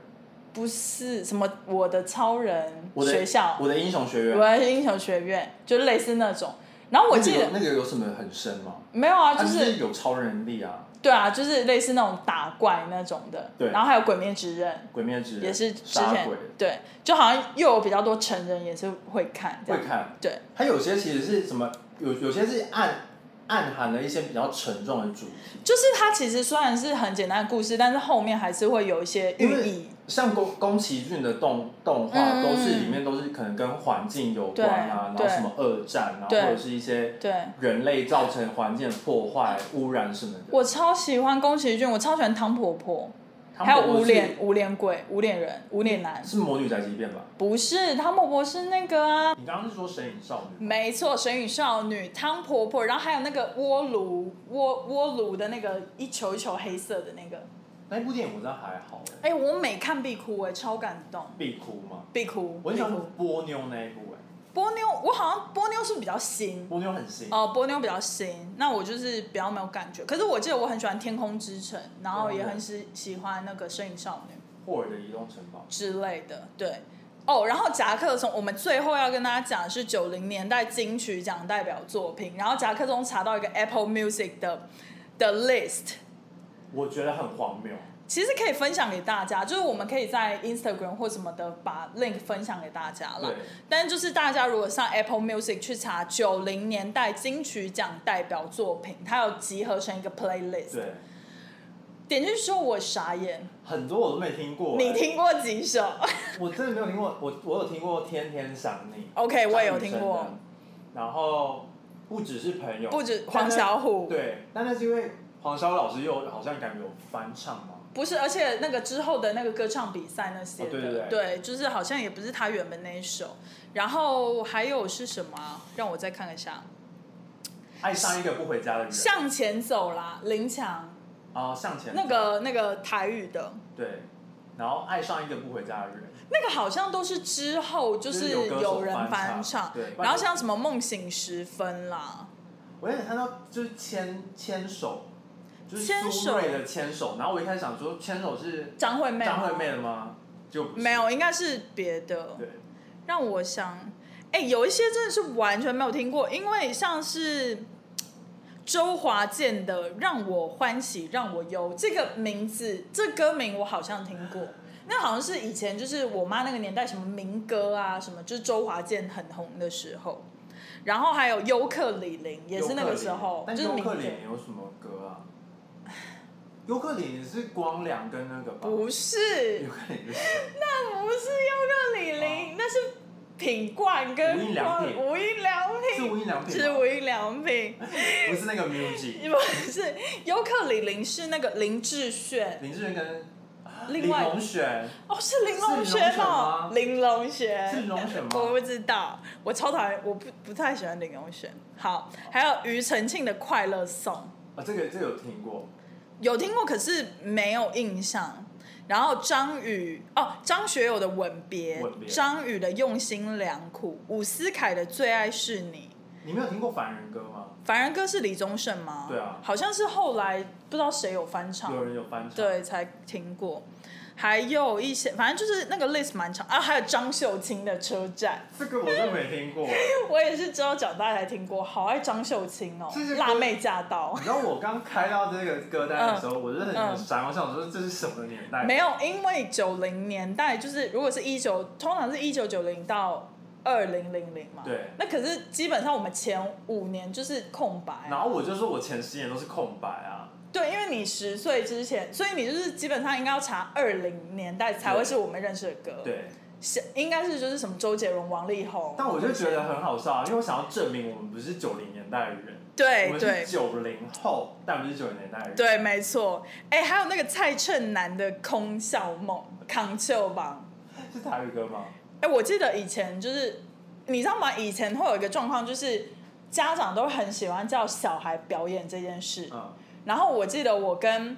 [SPEAKER 1] 不是什么我的超人
[SPEAKER 2] 我的
[SPEAKER 1] 学校，
[SPEAKER 2] 我的英雄学
[SPEAKER 1] 我
[SPEAKER 2] 院，
[SPEAKER 1] 的英雄学院，就类似那种。然后我记得
[SPEAKER 2] 那个有那个有什么很深吗？
[SPEAKER 1] 没有啊，
[SPEAKER 2] 它
[SPEAKER 1] 就
[SPEAKER 2] 就是是有超人力啊，
[SPEAKER 1] 对啊，就是类似那种打怪那种的，
[SPEAKER 2] 对
[SPEAKER 1] 然后还有《鬼灭之刃》
[SPEAKER 2] 鬼灭之刃
[SPEAKER 1] 也是之
[SPEAKER 2] 杀
[SPEAKER 1] 前
[SPEAKER 2] 鬼
[SPEAKER 1] 对，就好像又有比较多成人也是会看这
[SPEAKER 2] 会
[SPEAKER 1] 样，
[SPEAKER 2] 看，
[SPEAKER 1] 对，
[SPEAKER 2] 它有些其实是什么有有些是暗暗含了一些比较沉重的主题，
[SPEAKER 1] 就是它其实虽然是很简单的故事，但是后面还是会有一些
[SPEAKER 2] 因
[SPEAKER 1] 寓
[SPEAKER 2] 为
[SPEAKER 1] 意，
[SPEAKER 2] 像宫宫崎骏的动动画
[SPEAKER 1] 嗯
[SPEAKER 2] 都是里面都是可能跟环境有关啊，然
[SPEAKER 1] 对
[SPEAKER 2] 后什么二战，然后
[SPEAKER 1] 对
[SPEAKER 2] 或者是一些
[SPEAKER 1] 对。
[SPEAKER 2] 人类造成环境的破坏、污染什么的。
[SPEAKER 1] 我超喜欢宫崎骏，我超喜欢汤婆婆，
[SPEAKER 2] 汤
[SPEAKER 1] 嗯还
[SPEAKER 2] 婆
[SPEAKER 1] 有
[SPEAKER 2] 婆
[SPEAKER 1] 无
[SPEAKER 2] 是
[SPEAKER 1] 脸无脸鬼、无脸人、无脸男，
[SPEAKER 2] 是魔女宅急便吧？
[SPEAKER 1] 不是汤婆婆是那个啊，
[SPEAKER 2] 你刚刚是说神隐少女？
[SPEAKER 1] 没错，《神隐少女》汤婆婆，然后还有那个锅炉锅锅炉的那个一球一球黑色的那个，
[SPEAKER 2] 那一部电影我真的还好哎、
[SPEAKER 1] 哎、我每看必哭、哎，超感动，
[SPEAKER 2] 必哭吗？
[SPEAKER 1] 必哭，
[SPEAKER 2] 我
[SPEAKER 1] 必
[SPEAKER 2] 很喜欢
[SPEAKER 1] 哭。
[SPEAKER 2] 波妞那一部哎、
[SPEAKER 1] 波妞，我好像波妞是比较新，
[SPEAKER 2] 波妞很新。
[SPEAKER 1] 哦、波妞比较新，那我就是比较没有感觉。可是我记得我很喜欢《天空之城》，然后也很喜喜欢那个《身影少女》
[SPEAKER 2] 霍尔的移动城堡，
[SPEAKER 1] 之类的，对。哦，然后夹克松，我们最后要跟大家讲的是九零年代金曲奖代表作品。然后夹克松查到一个 Apple Music 的的 list，
[SPEAKER 2] 我觉得很荒谬。
[SPEAKER 1] 其实可以分享给大家，就是我们可以在 Instagram 或什么的把 link 分享给大家了
[SPEAKER 2] 对。，
[SPEAKER 1] 但就是大家如果上 Apple Music 去查九零年代金曲奖代表作品，它有集合成一个 playlist。
[SPEAKER 2] 对，
[SPEAKER 1] 点进去之后我傻眼，
[SPEAKER 2] 很多我都没听过、欸
[SPEAKER 1] 你？听过几首
[SPEAKER 2] 我真的没有听过。我我有听过《天天想你》
[SPEAKER 1] ？OK，我也有
[SPEAKER 2] 张雨
[SPEAKER 1] 听
[SPEAKER 2] 生的
[SPEAKER 1] 过，。
[SPEAKER 2] 然后不只是朋友，
[SPEAKER 1] 不止
[SPEAKER 2] 但
[SPEAKER 1] 黄
[SPEAKER 2] 那
[SPEAKER 1] 小琥，
[SPEAKER 2] 对，但那是因为黄小老师又好像感觉有翻唱嘛。
[SPEAKER 1] 不是，而且那个之后的那个歌唱比赛那些的，
[SPEAKER 2] 哦对对对
[SPEAKER 1] 就是好像也不是他原本那一首。然后还有是什么啊？让我再看一下，
[SPEAKER 2] 爱上一个不回家的人
[SPEAKER 1] 向前走啦，林强
[SPEAKER 2] 啊，向前
[SPEAKER 1] 那个那个台语的，
[SPEAKER 2] 对，然后爱上一个不回家的人，
[SPEAKER 1] 那个好像都是之后就
[SPEAKER 2] 就是
[SPEAKER 1] 是
[SPEAKER 2] 有歌手
[SPEAKER 1] 有人
[SPEAKER 2] 翻
[SPEAKER 1] 唱
[SPEAKER 2] 唱，对
[SPEAKER 1] 然后像什么梦醒时分啦，
[SPEAKER 2] 我也看到就是牵牵手，就是
[SPEAKER 1] 牵手
[SPEAKER 2] 苏芮的牵手，然后我一开始想说牵手是
[SPEAKER 1] 张惠妹，
[SPEAKER 2] 张惠妹的吗？就不是
[SPEAKER 1] 没，有，应该是别的。
[SPEAKER 2] 对，
[SPEAKER 1] 让我想，哎、有一些真的是完全没有听过，因为像是周华健的《让我欢喜让我忧》这个名字，这歌名我好像听过，那好像是以前就是我妈那个年代，什么民歌啊，什么就是周华健很红的时候，然后还有尤克里里也是那个时候，
[SPEAKER 2] 但
[SPEAKER 1] 就是
[SPEAKER 2] 尤
[SPEAKER 1] 民
[SPEAKER 2] 克
[SPEAKER 1] 歌
[SPEAKER 2] 里。里有什么歌啊？尤克里里是光良跟那个吧？
[SPEAKER 1] 不是
[SPEAKER 2] 尤，克里里是 *laughs* 谁
[SPEAKER 1] 那不是尤克里里
[SPEAKER 2] 哦，
[SPEAKER 1] 那是品冠跟
[SPEAKER 2] 无印良品
[SPEAKER 1] 无印良
[SPEAKER 2] 是无
[SPEAKER 1] 品，
[SPEAKER 2] 印良品
[SPEAKER 1] 是
[SPEAKER 2] 吗
[SPEAKER 1] 无，印良品，
[SPEAKER 2] 不是那个
[SPEAKER 1] *laughs*
[SPEAKER 2] music。
[SPEAKER 1] 不是尤克里里是那个林志炫，
[SPEAKER 2] 林志炫跟
[SPEAKER 1] *laughs* 另外
[SPEAKER 2] 林隆璇，
[SPEAKER 1] 哦，是玲珑轩哦，玲珑轩
[SPEAKER 2] 是玲珑轩吗
[SPEAKER 1] 我不知道，我超讨厌，我不不太喜欢玲珑轩。好，还有庾澄庆的《快乐颂》，
[SPEAKER 2] 啊，这个这个有听过，
[SPEAKER 1] 有听过，可是没有印象。然后张宇哦，张学友的《吻别
[SPEAKER 2] 吻》，别
[SPEAKER 1] 张宇的《用心良苦》，伍思凯的《最爱是你
[SPEAKER 2] 你没有听过凡人歌吗？》，
[SPEAKER 1] 凡人歌是李宗盛吗？
[SPEAKER 2] 对啊
[SPEAKER 1] 好像是后来不知道谁有翻唱，
[SPEAKER 2] 有人有翻唱，
[SPEAKER 1] 对，才听过。还有一些，反正就是那个 list 蛮长啊，还有张秀清的《车站 *laughs*
[SPEAKER 2] 这个我就没听过。》，
[SPEAKER 1] 我也是直到长大才听过，好爱张秀清哦
[SPEAKER 2] 这些，歌
[SPEAKER 1] 辣妹驾到
[SPEAKER 2] 你。知道我刚开到这个歌单的时候，我就
[SPEAKER 1] 嗯
[SPEAKER 2] 很闪，我想说这是什么年代？
[SPEAKER 1] 没有，因为九零年代就是，如果是一九，通常是一九九零到二零零零嘛。
[SPEAKER 2] 对
[SPEAKER 1] 那可是基本上我们前五年就是空白啊、
[SPEAKER 2] 然后我就说我前十年都是空白啊，
[SPEAKER 1] 对，因为你十岁之前，所以你就是基本上应该要查二零年代才会是我们认识的歌。，
[SPEAKER 2] 对。
[SPEAKER 1] 应该是就是什么周杰伦、王力宏。
[SPEAKER 2] 但我就觉得很好笑啊，因为我想要证明我们不是九零年代的人，我
[SPEAKER 1] 对
[SPEAKER 2] 们
[SPEAKER 1] 哎对
[SPEAKER 2] 是九零后，但不是九零年代的人。
[SPEAKER 1] 对，没错。哎、还有那个蔡振南的《空笑梦》康秀吧。
[SPEAKER 2] 是台语歌吗？
[SPEAKER 1] 哎、我记得以前就是，你知道吗？以前会有一个状况，就是家长都很喜欢叫小孩表演这件事。
[SPEAKER 2] 嗯，
[SPEAKER 1] 然后我记得我跟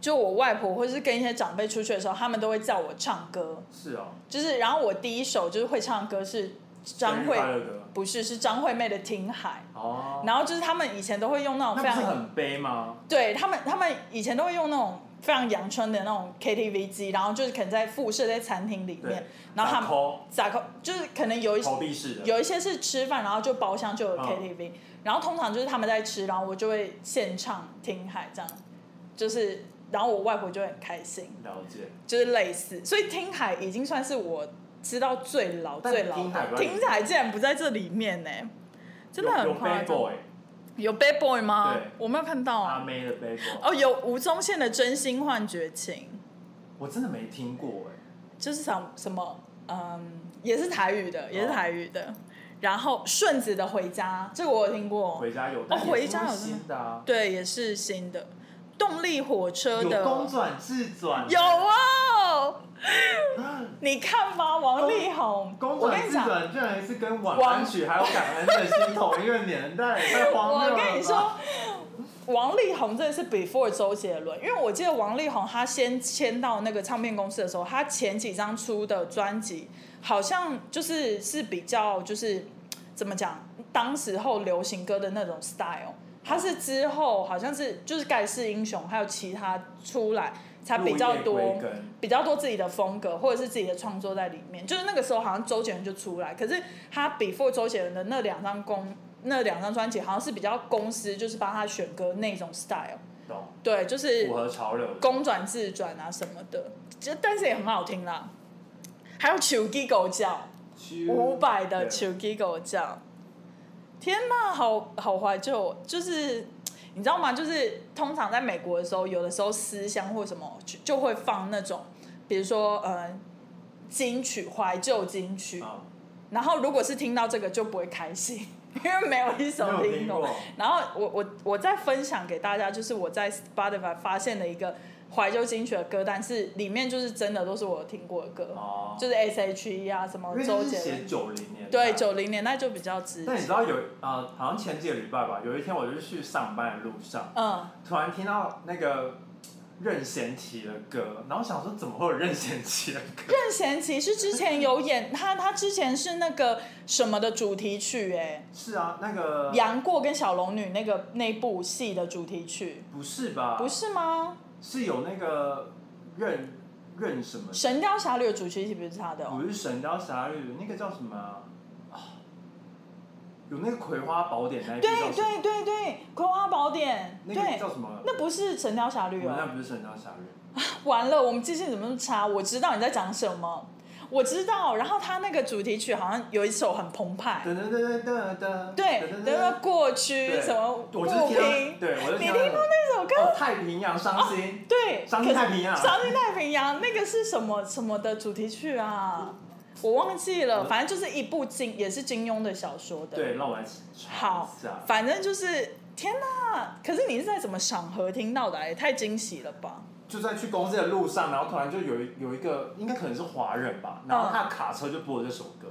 [SPEAKER 1] 就我外婆或是跟一些长辈出去的时候，他们都会叫我唱歌，
[SPEAKER 2] 是哦，
[SPEAKER 1] 就是然后我第一首就是会唱歌是张
[SPEAKER 2] 生日快
[SPEAKER 1] 惠，
[SPEAKER 2] 乐歌。
[SPEAKER 1] 不是是张惠妹的《听海》。
[SPEAKER 2] 哦，
[SPEAKER 1] 然后就是他们以前都会用那种
[SPEAKER 2] 那
[SPEAKER 1] 非
[SPEAKER 2] 不是
[SPEAKER 1] 常
[SPEAKER 2] 很悲吗？
[SPEAKER 1] 对他们，他们以前都会用那种非常阳春的那种 KTV 机，然后就是可能在附设在餐厅里面
[SPEAKER 2] 对，
[SPEAKER 1] 然后他们
[SPEAKER 2] 抠
[SPEAKER 1] 咋扣，就是可能有一些
[SPEAKER 2] 投币式的，
[SPEAKER 1] 有一些是吃饭，然后就包厢就有
[SPEAKER 2] 嗯
[SPEAKER 1] KTV，、然后通常就是他们在吃，然后我就会现唱听海这样，就是然后我外婆就会很开心，
[SPEAKER 2] 了解。
[SPEAKER 1] 就是类似，所以听海已经算是我知道最老
[SPEAKER 2] 但
[SPEAKER 1] 最老
[SPEAKER 2] 听海
[SPEAKER 1] 的，
[SPEAKER 2] 不在里
[SPEAKER 1] 听
[SPEAKER 2] 面
[SPEAKER 1] 海竟然不在这里面呢、欸真的
[SPEAKER 2] 有
[SPEAKER 1] 很
[SPEAKER 2] 有
[SPEAKER 1] 夸
[SPEAKER 2] bad
[SPEAKER 1] 张。
[SPEAKER 2] boy，
[SPEAKER 1] 有 Bad Boy 吗
[SPEAKER 2] 对？
[SPEAKER 1] 我没有看到啊
[SPEAKER 2] 阿。妹的 bad boy，
[SPEAKER 1] 哦，有吴宗宪的《真心换绝情
[SPEAKER 2] 我真的没听过哎。》，
[SPEAKER 1] 就是什什么，嗯，也是台语
[SPEAKER 2] 哦
[SPEAKER 1] 的，也是台语的。然后顺子的《回家》，这个我有听过，
[SPEAKER 2] 回家有，但也
[SPEAKER 1] 哦回家有真
[SPEAKER 2] 是
[SPEAKER 1] 的
[SPEAKER 2] 新的啊，
[SPEAKER 1] 对，也是新的。动力火车
[SPEAKER 2] 有
[SPEAKER 1] 的哦
[SPEAKER 2] 公转自转，
[SPEAKER 1] 有哦， *gasps* 你看吧，王力宏，
[SPEAKER 2] 公
[SPEAKER 1] 我
[SPEAKER 2] 转
[SPEAKER 1] 跟你
[SPEAKER 2] 自
[SPEAKER 1] 讲，
[SPEAKER 2] 转居然是跟晚安曲还有感恩的心同一个年代，太荒谬了
[SPEAKER 1] 我
[SPEAKER 2] 吧。
[SPEAKER 1] 跟你说，王力宏真的是 before 周杰伦，因为我记得王力宏他先签到那个唱片公司的时候，他前几张出的专辑好像就是是比较就是怎么讲，当时候流行歌的那种 style。他是之后好像是就是盖世英雄，还有其他出来才比较多
[SPEAKER 2] 落叶归根
[SPEAKER 1] 比较多自己的风格或者是自己的创作在里面。就是那个时候好像周杰伦就出来，可是他 before 周杰伦的那两张公那两张专辑好像是比较公司就是帮他选歌那种 style，
[SPEAKER 2] 懂，
[SPEAKER 1] 对，就是
[SPEAKER 2] 符合潮流的。
[SPEAKER 1] 公转自转啊什么的，就但是也很好听啦。还有球鸡狗叫，伍佰的
[SPEAKER 2] 对
[SPEAKER 1] 球鸡狗叫，天呐，好好怀旧，哦就是。你知道吗？就是通常在美国的时候，有的时候思乡或什么就就会放那种，比如说呃，金曲怀旧金曲，
[SPEAKER 2] 啊，
[SPEAKER 1] 然后如果是听到这个就不会开心， *laughs* 因为没有一首
[SPEAKER 2] 没有
[SPEAKER 1] 听
[SPEAKER 2] 听
[SPEAKER 1] 懂
[SPEAKER 2] 过。
[SPEAKER 1] 然后我我我再分享给大家，就是我在 Spotify 发现的一个怀旧金曲的歌单，是里面就是真的都是我有听过的歌，
[SPEAKER 2] 哦，
[SPEAKER 1] 就是 S.H.E 啊什
[SPEAKER 2] 因
[SPEAKER 1] 么
[SPEAKER 2] 为
[SPEAKER 1] 周
[SPEAKER 2] 这是
[SPEAKER 1] 杰
[SPEAKER 2] 写
[SPEAKER 1] 伦，
[SPEAKER 2] 九零年代，
[SPEAKER 1] 对九零年代就比较知
[SPEAKER 2] 但你知道有呃，好像前几个礼拜吧，有一天我就是去上班的路上，
[SPEAKER 1] 嗯，
[SPEAKER 2] 突然听到那个任贤齐的歌，然后想说怎么会有任贤齐的歌？
[SPEAKER 1] 任贤齐是之前有演他，他之前是那个什么的主题曲、欸，
[SPEAKER 2] 是啊，那个
[SPEAKER 1] *laughs* 哎，杨过跟小龙女那个那部戏的主题曲，
[SPEAKER 2] 不是吧？
[SPEAKER 1] 不是吗？
[SPEAKER 2] 是有那个任任什么？
[SPEAKER 1] 《神雕侠侣》的主题曲不是他的、哦，
[SPEAKER 2] 不是《神雕侠侣》，那个叫什么啊？啊有那个《葵花宝典》那一部叫
[SPEAKER 1] 对
[SPEAKER 2] 什
[SPEAKER 1] 对
[SPEAKER 2] 么？
[SPEAKER 1] 对对，《葵花宝典》
[SPEAKER 2] 那个
[SPEAKER 1] 对
[SPEAKER 2] 叫，什么？
[SPEAKER 1] 那不是《神雕侠侣》
[SPEAKER 2] 那
[SPEAKER 1] 哦，
[SPEAKER 2] 不是《神雕侠侣》，
[SPEAKER 1] 完了，我们记性怎么那么差？我知道你在讲什么，我知道。然后他那个主题曲好像有一首很澎湃，
[SPEAKER 2] 噔噔噔噔噔，
[SPEAKER 1] 哎对，
[SPEAKER 2] 噔
[SPEAKER 1] 那个过去什么不
[SPEAKER 2] 我就是听
[SPEAKER 1] 平
[SPEAKER 2] 到，，对，我就
[SPEAKER 1] 你
[SPEAKER 2] 听
[SPEAKER 1] 听
[SPEAKER 2] 到那
[SPEAKER 1] 过
[SPEAKER 2] 个
[SPEAKER 1] 那首歌？
[SPEAKER 2] 哦，太平洋伤心，
[SPEAKER 1] 对，
[SPEAKER 2] 伤
[SPEAKER 1] 可
[SPEAKER 2] 心
[SPEAKER 1] 是
[SPEAKER 2] 太平洋
[SPEAKER 1] 伤心太平洋那个是什么什么的主题曲啊？我忘记了，
[SPEAKER 2] 嗯
[SPEAKER 1] 反正就是一部金也是金庸的小说的。，
[SPEAKER 2] 对，让啊我来查
[SPEAKER 1] 好
[SPEAKER 2] 一下，。
[SPEAKER 1] 反正就是天哪！可是你是在什么场合听到的啊、也太惊喜了吧！
[SPEAKER 2] 就在去公司的路上，然后突然就有一有一个，应该可能是华人
[SPEAKER 1] 嗯
[SPEAKER 2] 吧，然后他的卡车就播了这首歌，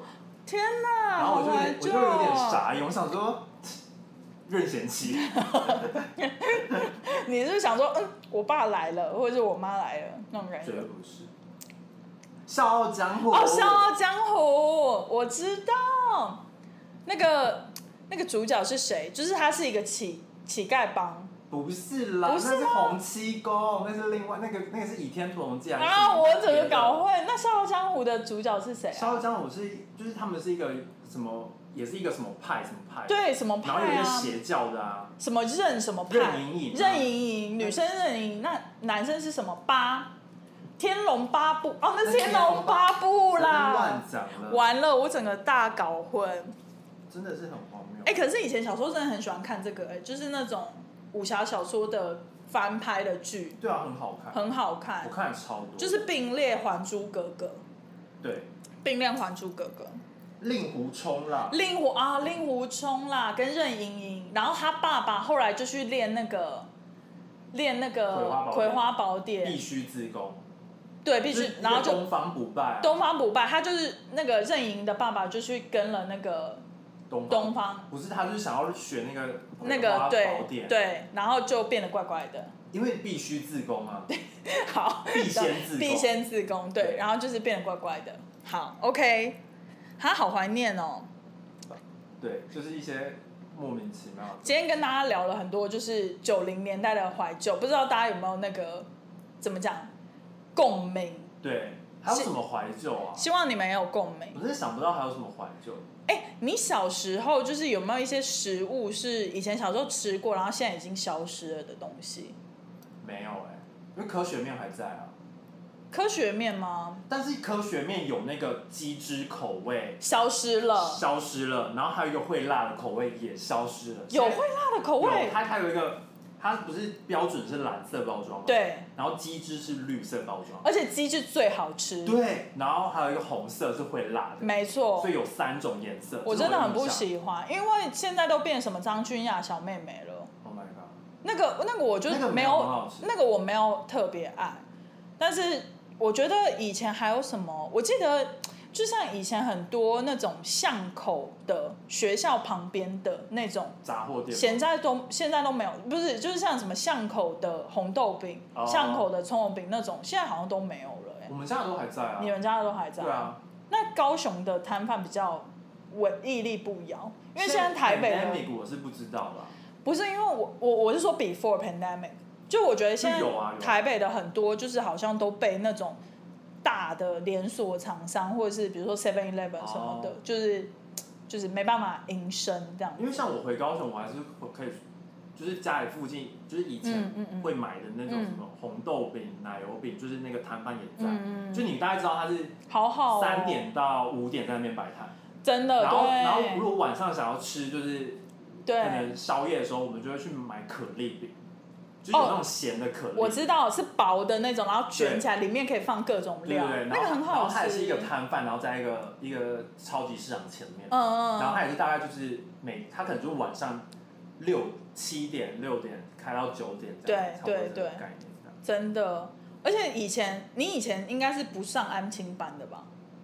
[SPEAKER 1] 天哪，
[SPEAKER 2] 然后我
[SPEAKER 1] 好
[SPEAKER 2] 就有点
[SPEAKER 1] 怀
[SPEAKER 2] 我
[SPEAKER 1] 旧
[SPEAKER 2] 就有点
[SPEAKER 1] 哦！
[SPEAKER 2] 傻眼，我想说任贤
[SPEAKER 1] *laughs*
[SPEAKER 2] 齐，
[SPEAKER 1] 你是不是想说，嗯，我爸来了，或者是我妈来了那种感觉
[SPEAKER 2] 绝？对不是，笑傲江湖，
[SPEAKER 1] 哦，《笑傲江湖》，我知道，那个那个主角是谁？就是他是一个乞乞丐帮
[SPEAKER 2] 不是啦，
[SPEAKER 1] 不是吗
[SPEAKER 2] 那是洪七公，那是另外那个那个是倚天屠龙记还是什
[SPEAKER 1] 啊！
[SPEAKER 2] 么
[SPEAKER 1] 我整个搞混。那《笑傲江湖》的主角是谁
[SPEAKER 2] 《笑
[SPEAKER 1] 啊？
[SPEAKER 2] 傲江湖》是就是他们是一个什么，也是一个什么派什么派，，
[SPEAKER 1] 对，什么
[SPEAKER 2] 然后有一
[SPEAKER 1] 派
[SPEAKER 2] 个
[SPEAKER 1] 啊？
[SPEAKER 2] 邪教的啊，
[SPEAKER 1] 什么任什么派？
[SPEAKER 2] 任盈盈啊
[SPEAKER 1] 任盈盈，女生任盈盈，那男生是什么八？天龙八部哦，那
[SPEAKER 2] 那
[SPEAKER 1] 是天龙八部
[SPEAKER 2] 我在
[SPEAKER 1] 啦
[SPEAKER 2] 乱！讲了，
[SPEAKER 1] 完了，我整个大搞混。
[SPEAKER 2] 真的是很荒谬。
[SPEAKER 1] 哎、可是以前小时候真的很喜欢看这个、哎，就是那种武侠小说的翻拍的剧，
[SPEAKER 2] 对啊，很好看，
[SPEAKER 1] 很好
[SPEAKER 2] 我
[SPEAKER 1] 看，
[SPEAKER 2] 看了超多，
[SPEAKER 1] 就是并列《还珠格格
[SPEAKER 2] 对》，
[SPEAKER 1] 并列《还珠格格》，
[SPEAKER 2] 令狐冲啦，
[SPEAKER 1] 令狐啊，令狐冲啦，跟任盈盈，然后他爸爸后来就去练那个。练那
[SPEAKER 2] 葵花
[SPEAKER 1] 个
[SPEAKER 2] 宝
[SPEAKER 1] 葵花宝
[SPEAKER 2] 必
[SPEAKER 1] 典，
[SPEAKER 2] 须自宫，
[SPEAKER 1] 对，必
[SPEAKER 2] 就是
[SPEAKER 1] 须，
[SPEAKER 2] 一个
[SPEAKER 1] 然后就
[SPEAKER 2] 东方不败啊，
[SPEAKER 1] 东方不败，他就是那个任盈的爸爸，就去跟了那个
[SPEAKER 2] 东
[SPEAKER 1] 东方
[SPEAKER 2] 不是他就是想要学那个
[SPEAKER 1] 那
[SPEAKER 2] 葵花
[SPEAKER 1] 个
[SPEAKER 2] 宝
[SPEAKER 1] 对
[SPEAKER 2] 典，
[SPEAKER 1] 对，然后就变得怪怪的。 *laughs*
[SPEAKER 2] 因为必须自宫啊，
[SPEAKER 1] 好，
[SPEAKER 2] 必先自宫
[SPEAKER 1] 必先自宫，对，
[SPEAKER 2] 对
[SPEAKER 1] 然后就是变得怪怪的。好，OK，他好怀念哦。
[SPEAKER 2] 对，就是一些莫名其妙的。
[SPEAKER 1] 今天跟大家聊了很多，就是九零年代的怀旧，不知道大家有没有那个怎么讲共鸣？
[SPEAKER 2] 对，还有什么怀旧啊？
[SPEAKER 1] 希望你们也有共鸣
[SPEAKER 2] 我。真的想不到还有什么怀旧。
[SPEAKER 1] 哎、你小时候就是有没有一些食物是以前小时候吃过，然后现在已经消失了的东西？
[SPEAKER 2] 没有哎、因为科学面还在啊。
[SPEAKER 1] 科学面吗？
[SPEAKER 2] 但是科学面有那个鸡汁口味
[SPEAKER 1] 消失了，
[SPEAKER 2] 消失了，然后还有一个会辣的口味也消失了。
[SPEAKER 1] 有
[SPEAKER 2] 现
[SPEAKER 1] 会辣的口
[SPEAKER 2] 在
[SPEAKER 1] 味
[SPEAKER 2] 有，它它有一个，它不是标准是蓝色包装吗？。
[SPEAKER 1] 对，
[SPEAKER 2] 然后鸡汁是绿色包装。
[SPEAKER 1] 而且鸡是最好吃，
[SPEAKER 2] 对。然后还有一个红色是会辣的，
[SPEAKER 1] 没错。
[SPEAKER 2] 所以有三种颜色。
[SPEAKER 1] 我真的很不
[SPEAKER 2] 行。
[SPEAKER 1] 喜欢，因为现在都变什么张君雅小妹妹了，
[SPEAKER 2] Oh my god！
[SPEAKER 1] 那个那个我就
[SPEAKER 2] 那个
[SPEAKER 1] 没
[SPEAKER 2] 没有很好
[SPEAKER 1] 有
[SPEAKER 2] 吃
[SPEAKER 1] 那个我没有特别爱，但是我觉得以前还有什么，我记得就像以前很多那种巷口的学校旁边的那种。
[SPEAKER 2] 杂货店。
[SPEAKER 1] 现在都现在都没有，不是就是像什么巷口的红豆饼、
[SPEAKER 2] 哦
[SPEAKER 1] 巷口的葱油饼那种，现在好像都没有了、欸。
[SPEAKER 2] 我们家的都还在啊。
[SPEAKER 1] 你们家的都还在？
[SPEAKER 2] 对啊，
[SPEAKER 1] 那高雄的摊贩比较稳，屹立不摇，因为现在台北的
[SPEAKER 2] pandemic 我是不知道啦。
[SPEAKER 1] 不是因为我我我是说 before pandemic，就我觉得现在
[SPEAKER 2] 就有啊有啊
[SPEAKER 1] 台北的很多就是好像都被那种大的连锁厂商或者是比如说 Seven Eleven 什么的，
[SPEAKER 2] 哦
[SPEAKER 1] 就是就是没办法营生这样。
[SPEAKER 2] 因为像我回高雄，我还是会可以，就是家里附近，就是以
[SPEAKER 1] 嗯
[SPEAKER 2] 前
[SPEAKER 1] 嗯嗯
[SPEAKER 2] 会买的那种
[SPEAKER 1] 嗯
[SPEAKER 2] 什么红豆饼、奶油饼，就是那个摊贩也在。
[SPEAKER 1] 嗯嗯
[SPEAKER 2] 就
[SPEAKER 1] 嗯，
[SPEAKER 2] 你大概知道他是
[SPEAKER 1] 好好、哦，
[SPEAKER 2] 三点到五点在那边摆摊，
[SPEAKER 1] 真的
[SPEAKER 2] 然后然后如
[SPEAKER 1] 对
[SPEAKER 2] 果晚上想要吃就是可
[SPEAKER 1] 对，
[SPEAKER 2] 能宵夜的时候，我们就会去买可丽饼，就是有那种咸的可丽。
[SPEAKER 1] 哦我知道是薄的那种，然后卷起来，里面可以放各种
[SPEAKER 2] 对
[SPEAKER 1] 料，
[SPEAKER 2] 对对，然
[SPEAKER 1] 那
[SPEAKER 2] 后
[SPEAKER 1] 个很
[SPEAKER 2] 然
[SPEAKER 1] 好
[SPEAKER 2] 后它也是
[SPEAKER 1] 吃。
[SPEAKER 2] 一个摊贩，然后在一个一个超级市场前面。
[SPEAKER 1] 嗯嗯，
[SPEAKER 2] 然
[SPEAKER 1] 嗯
[SPEAKER 2] 后他也是大概就是每他可能就是晚上六七点六点开到九点这样，
[SPEAKER 1] 对
[SPEAKER 2] 差不多
[SPEAKER 1] 对
[SPEAKER 2] 这个
[SPEAKER 1] 对
[SPEAKER 2] 概念这样。
[SPEAKER 1] 真的，而且以前你以前应该是不上安亲班的吧？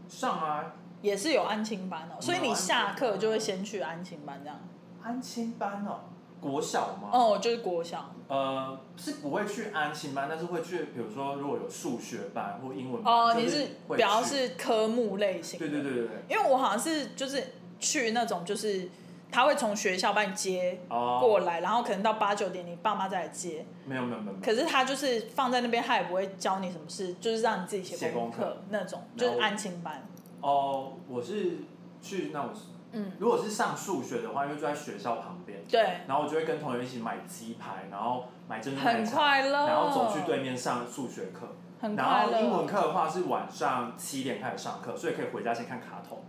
[SPEAKER 2] 上啊，
[SPEAKER 1] 也是有安亲班哦，所以
[SPEAKER 2] 嗯有
[SPEAKER 1] 你
[SPEAKER 2] 安亲班
[SPEAKER 1] 下课就会先去安亲班这样。
[SPEAKER 2] 安亲班哦，国小嘛，
[SPEAKER 1] 哦，就是国小
[SPEAKER 2] 呃，是不会去安亲班，但是会去，比如说如果有数学班或英文班，
[SPEAKER 1] 哦，
[SPEAKER 2] 就
[SPEAKER 1] 你
[SPEAKER 2] 是
[SPEAKER 1] 是
[SPEAKER 2] 会
[SPEAKER 1] 比较
[SPEAKER 2] 去
[SPEAKER 1] 是科目类型。
[SPEAKER 2] 对对。对对对，
[SPEAKER 1] 因为我好像是就是去那种就是他会从学校把你接
[SPEAKER 2] 哦，
[SPEAKER 1] 过来，然后可能到八九点你爸妈再来接，
[SPEAKER 2] 没有没有没有没有，
[SPEAKER 1] 可是他就是放在那边，他也不会教你什么事，就是让你自己
[SPEAKER 2] 写
[SPEAKER 1] 功
[SPEAKER 2] 功课
[SPEAKER 1] 那种，
[SPEAKER 2] 然后
[SPEAKER 1] 就是安亲班。
[SPEAKER 2] 哦，我是去那种
[SPEAKER 1] 嗯，
[SPEAKER 2] 如果是上数学的话，因为就在学校旁边，
[SPEAKER 1] 对，
[SPEAKER 2] 然后我就会跟同学一起买鸡排，然后买珍珠奶
[SPEAKER 1] 很
[SPEAKER 2] 茶，
[SPEAKER 1] 快乐，
[SPEAKER 2] 然后走去，对面上数学课。
[SPEAKER 1] 很
[SPEAKER 2] 然
[SPEAKER 1] 快
[SPEAKER 2] 后
[SPEAKER 1] 乐。
[SPEAKER 2] 英文课的话是晚上七点开始上课，所以可以回家先看卡通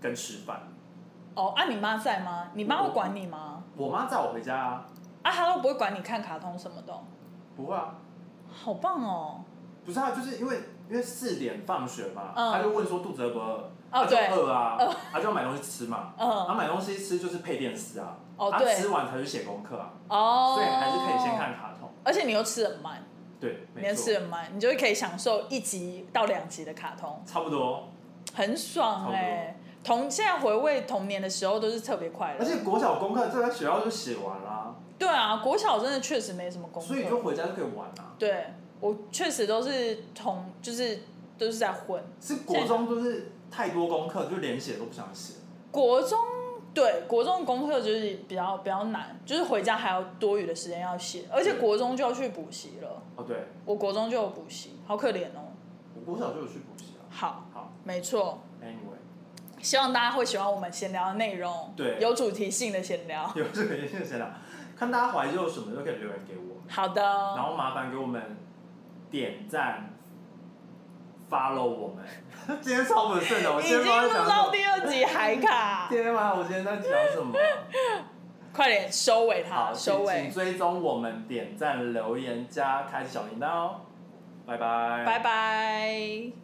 [SPEAKER 2] 跟吃饭。
[SPEAKER 1] 哦，啊，你妈在吗？你妈会管你吗？
[SPEAKER 2] 我妈载我回家啊，
[SPEAKER 1] 啊，她都不会管你看卡通什么的哦，
[SPEAKER 2] 不会啊，
[SPEAKER 1] 好棒哦！
[SPEAKER 2] 不是啊，就是因为因为四点放学嘛，
[SPEAKER 1] 嗯
[SPEAKER 2] 她就问说肚子饿不饿，
[SPEAKER 1] 哦
[SPEAKER 2] 她就
[SPEAKER 1] 对
[SPEAKER 2] 饿啊，她就要买东西吃嘛，她
[SPEAKER 1] 嗯，
[SPEAKER 2] 买东西吃就是配电视啊，
[SPEAKER 1] 哦
[SPEAKER 2] 她
[SPEAKER 1] 对
[SPEAKER 2] 吃完才去写功课啊，
[SPEAKER 1] 哦，
[SPEAKER 2] 所以还是可以先，看卡通，
[SPEAKER 1] 而且你又吃很慢，
[SPEAKER 2] 对，
[SPEAKER 1] 你
[SPEAKER 2] 没
[SPEAKER 1] 又吃
[SPEAKER 2] 错，
[SPEAKER 1] 很慢，你就可以享受一集到两集的卡通，
[SPEAKER 2] 差不多。
[SPEAKER 1] 很爽哎、童现在回味童年的时候都是特别快
[SPEAKER 2] 而
[SPEAKER 1] 乐，
[SPEAKER 2] 且国小功课在学校就写完啦、
[SPEAKER 1] 对啊，国小真的确实没什么功课，
[SPEAKER 2] 所以就回家就可以玩啊。
[SPEAKER 1] 对我确实都是同就是都是在混，
[SPEAKER 2] 是国中就是太多功课，就连写都不想写。
[SPEAKER 1] 国中对国中的功课就是比较比较难，就是回家还有多余的时间要写，而
[SPEAKER 2] 嗯
[SPEAKER 1] 且国中就要去补习了。
[SPEAKER 2] 哦，对，
[SPEAKER 1] 我国中就有补习，好可怜哦。
[SPEAKER 2] 我国小就有去补习啊。
[SPEAKER 1] 好，
[SPEAKER 2] 好
[SPEAKER 1] 没错，
[SPEAKER 2] ，Anyway， *laughs*
[SPEAKER 1] 希望大家会喜欢我们闲聊的内容，
[SPEAKER 2] 对
[SPEAKER 1] 有主题性的闲聊。
[SPEAKER 2] 有这个也谢谢啦。看大家怀旧什么都可以留言给我，
[SPEAKER 1] 好
[SPEAKER 2] 然
[SPEAKER 1] 的，
[SPEAKER 2] 后麻烦给我们点赞，follow 我们。 *laughs* 今天超不顺的，我
[SPEAKER 1] 已
[SPEAKER 2] 今
[SPEAKER 1] 经
[SPEAKER 2] 天不知道在
[SPEAKER 1] 录
[SPEAKER 2] 讲
[SPEAKER 1] 到
[SPEAKER 2] 什么。
[SPEAKER 1] 第二集海
[SPEAKER 2] *laughs*
[SPEAKER 1] 卡，
[SPEAKER 2] 天啊，我今天在讲什么？
[SPEAKER 1] 快点收尾它，
[SPEAKER 2] 好，
[SPEAKER 1] 收
[SPEAKER 2] 请
[SPEAKER 1] 尾
[SPEAKER 2] 请，追踪我们点赞、留言加开启小铃铛哦。拜拜，
[SPEAKER 1] 拜拜。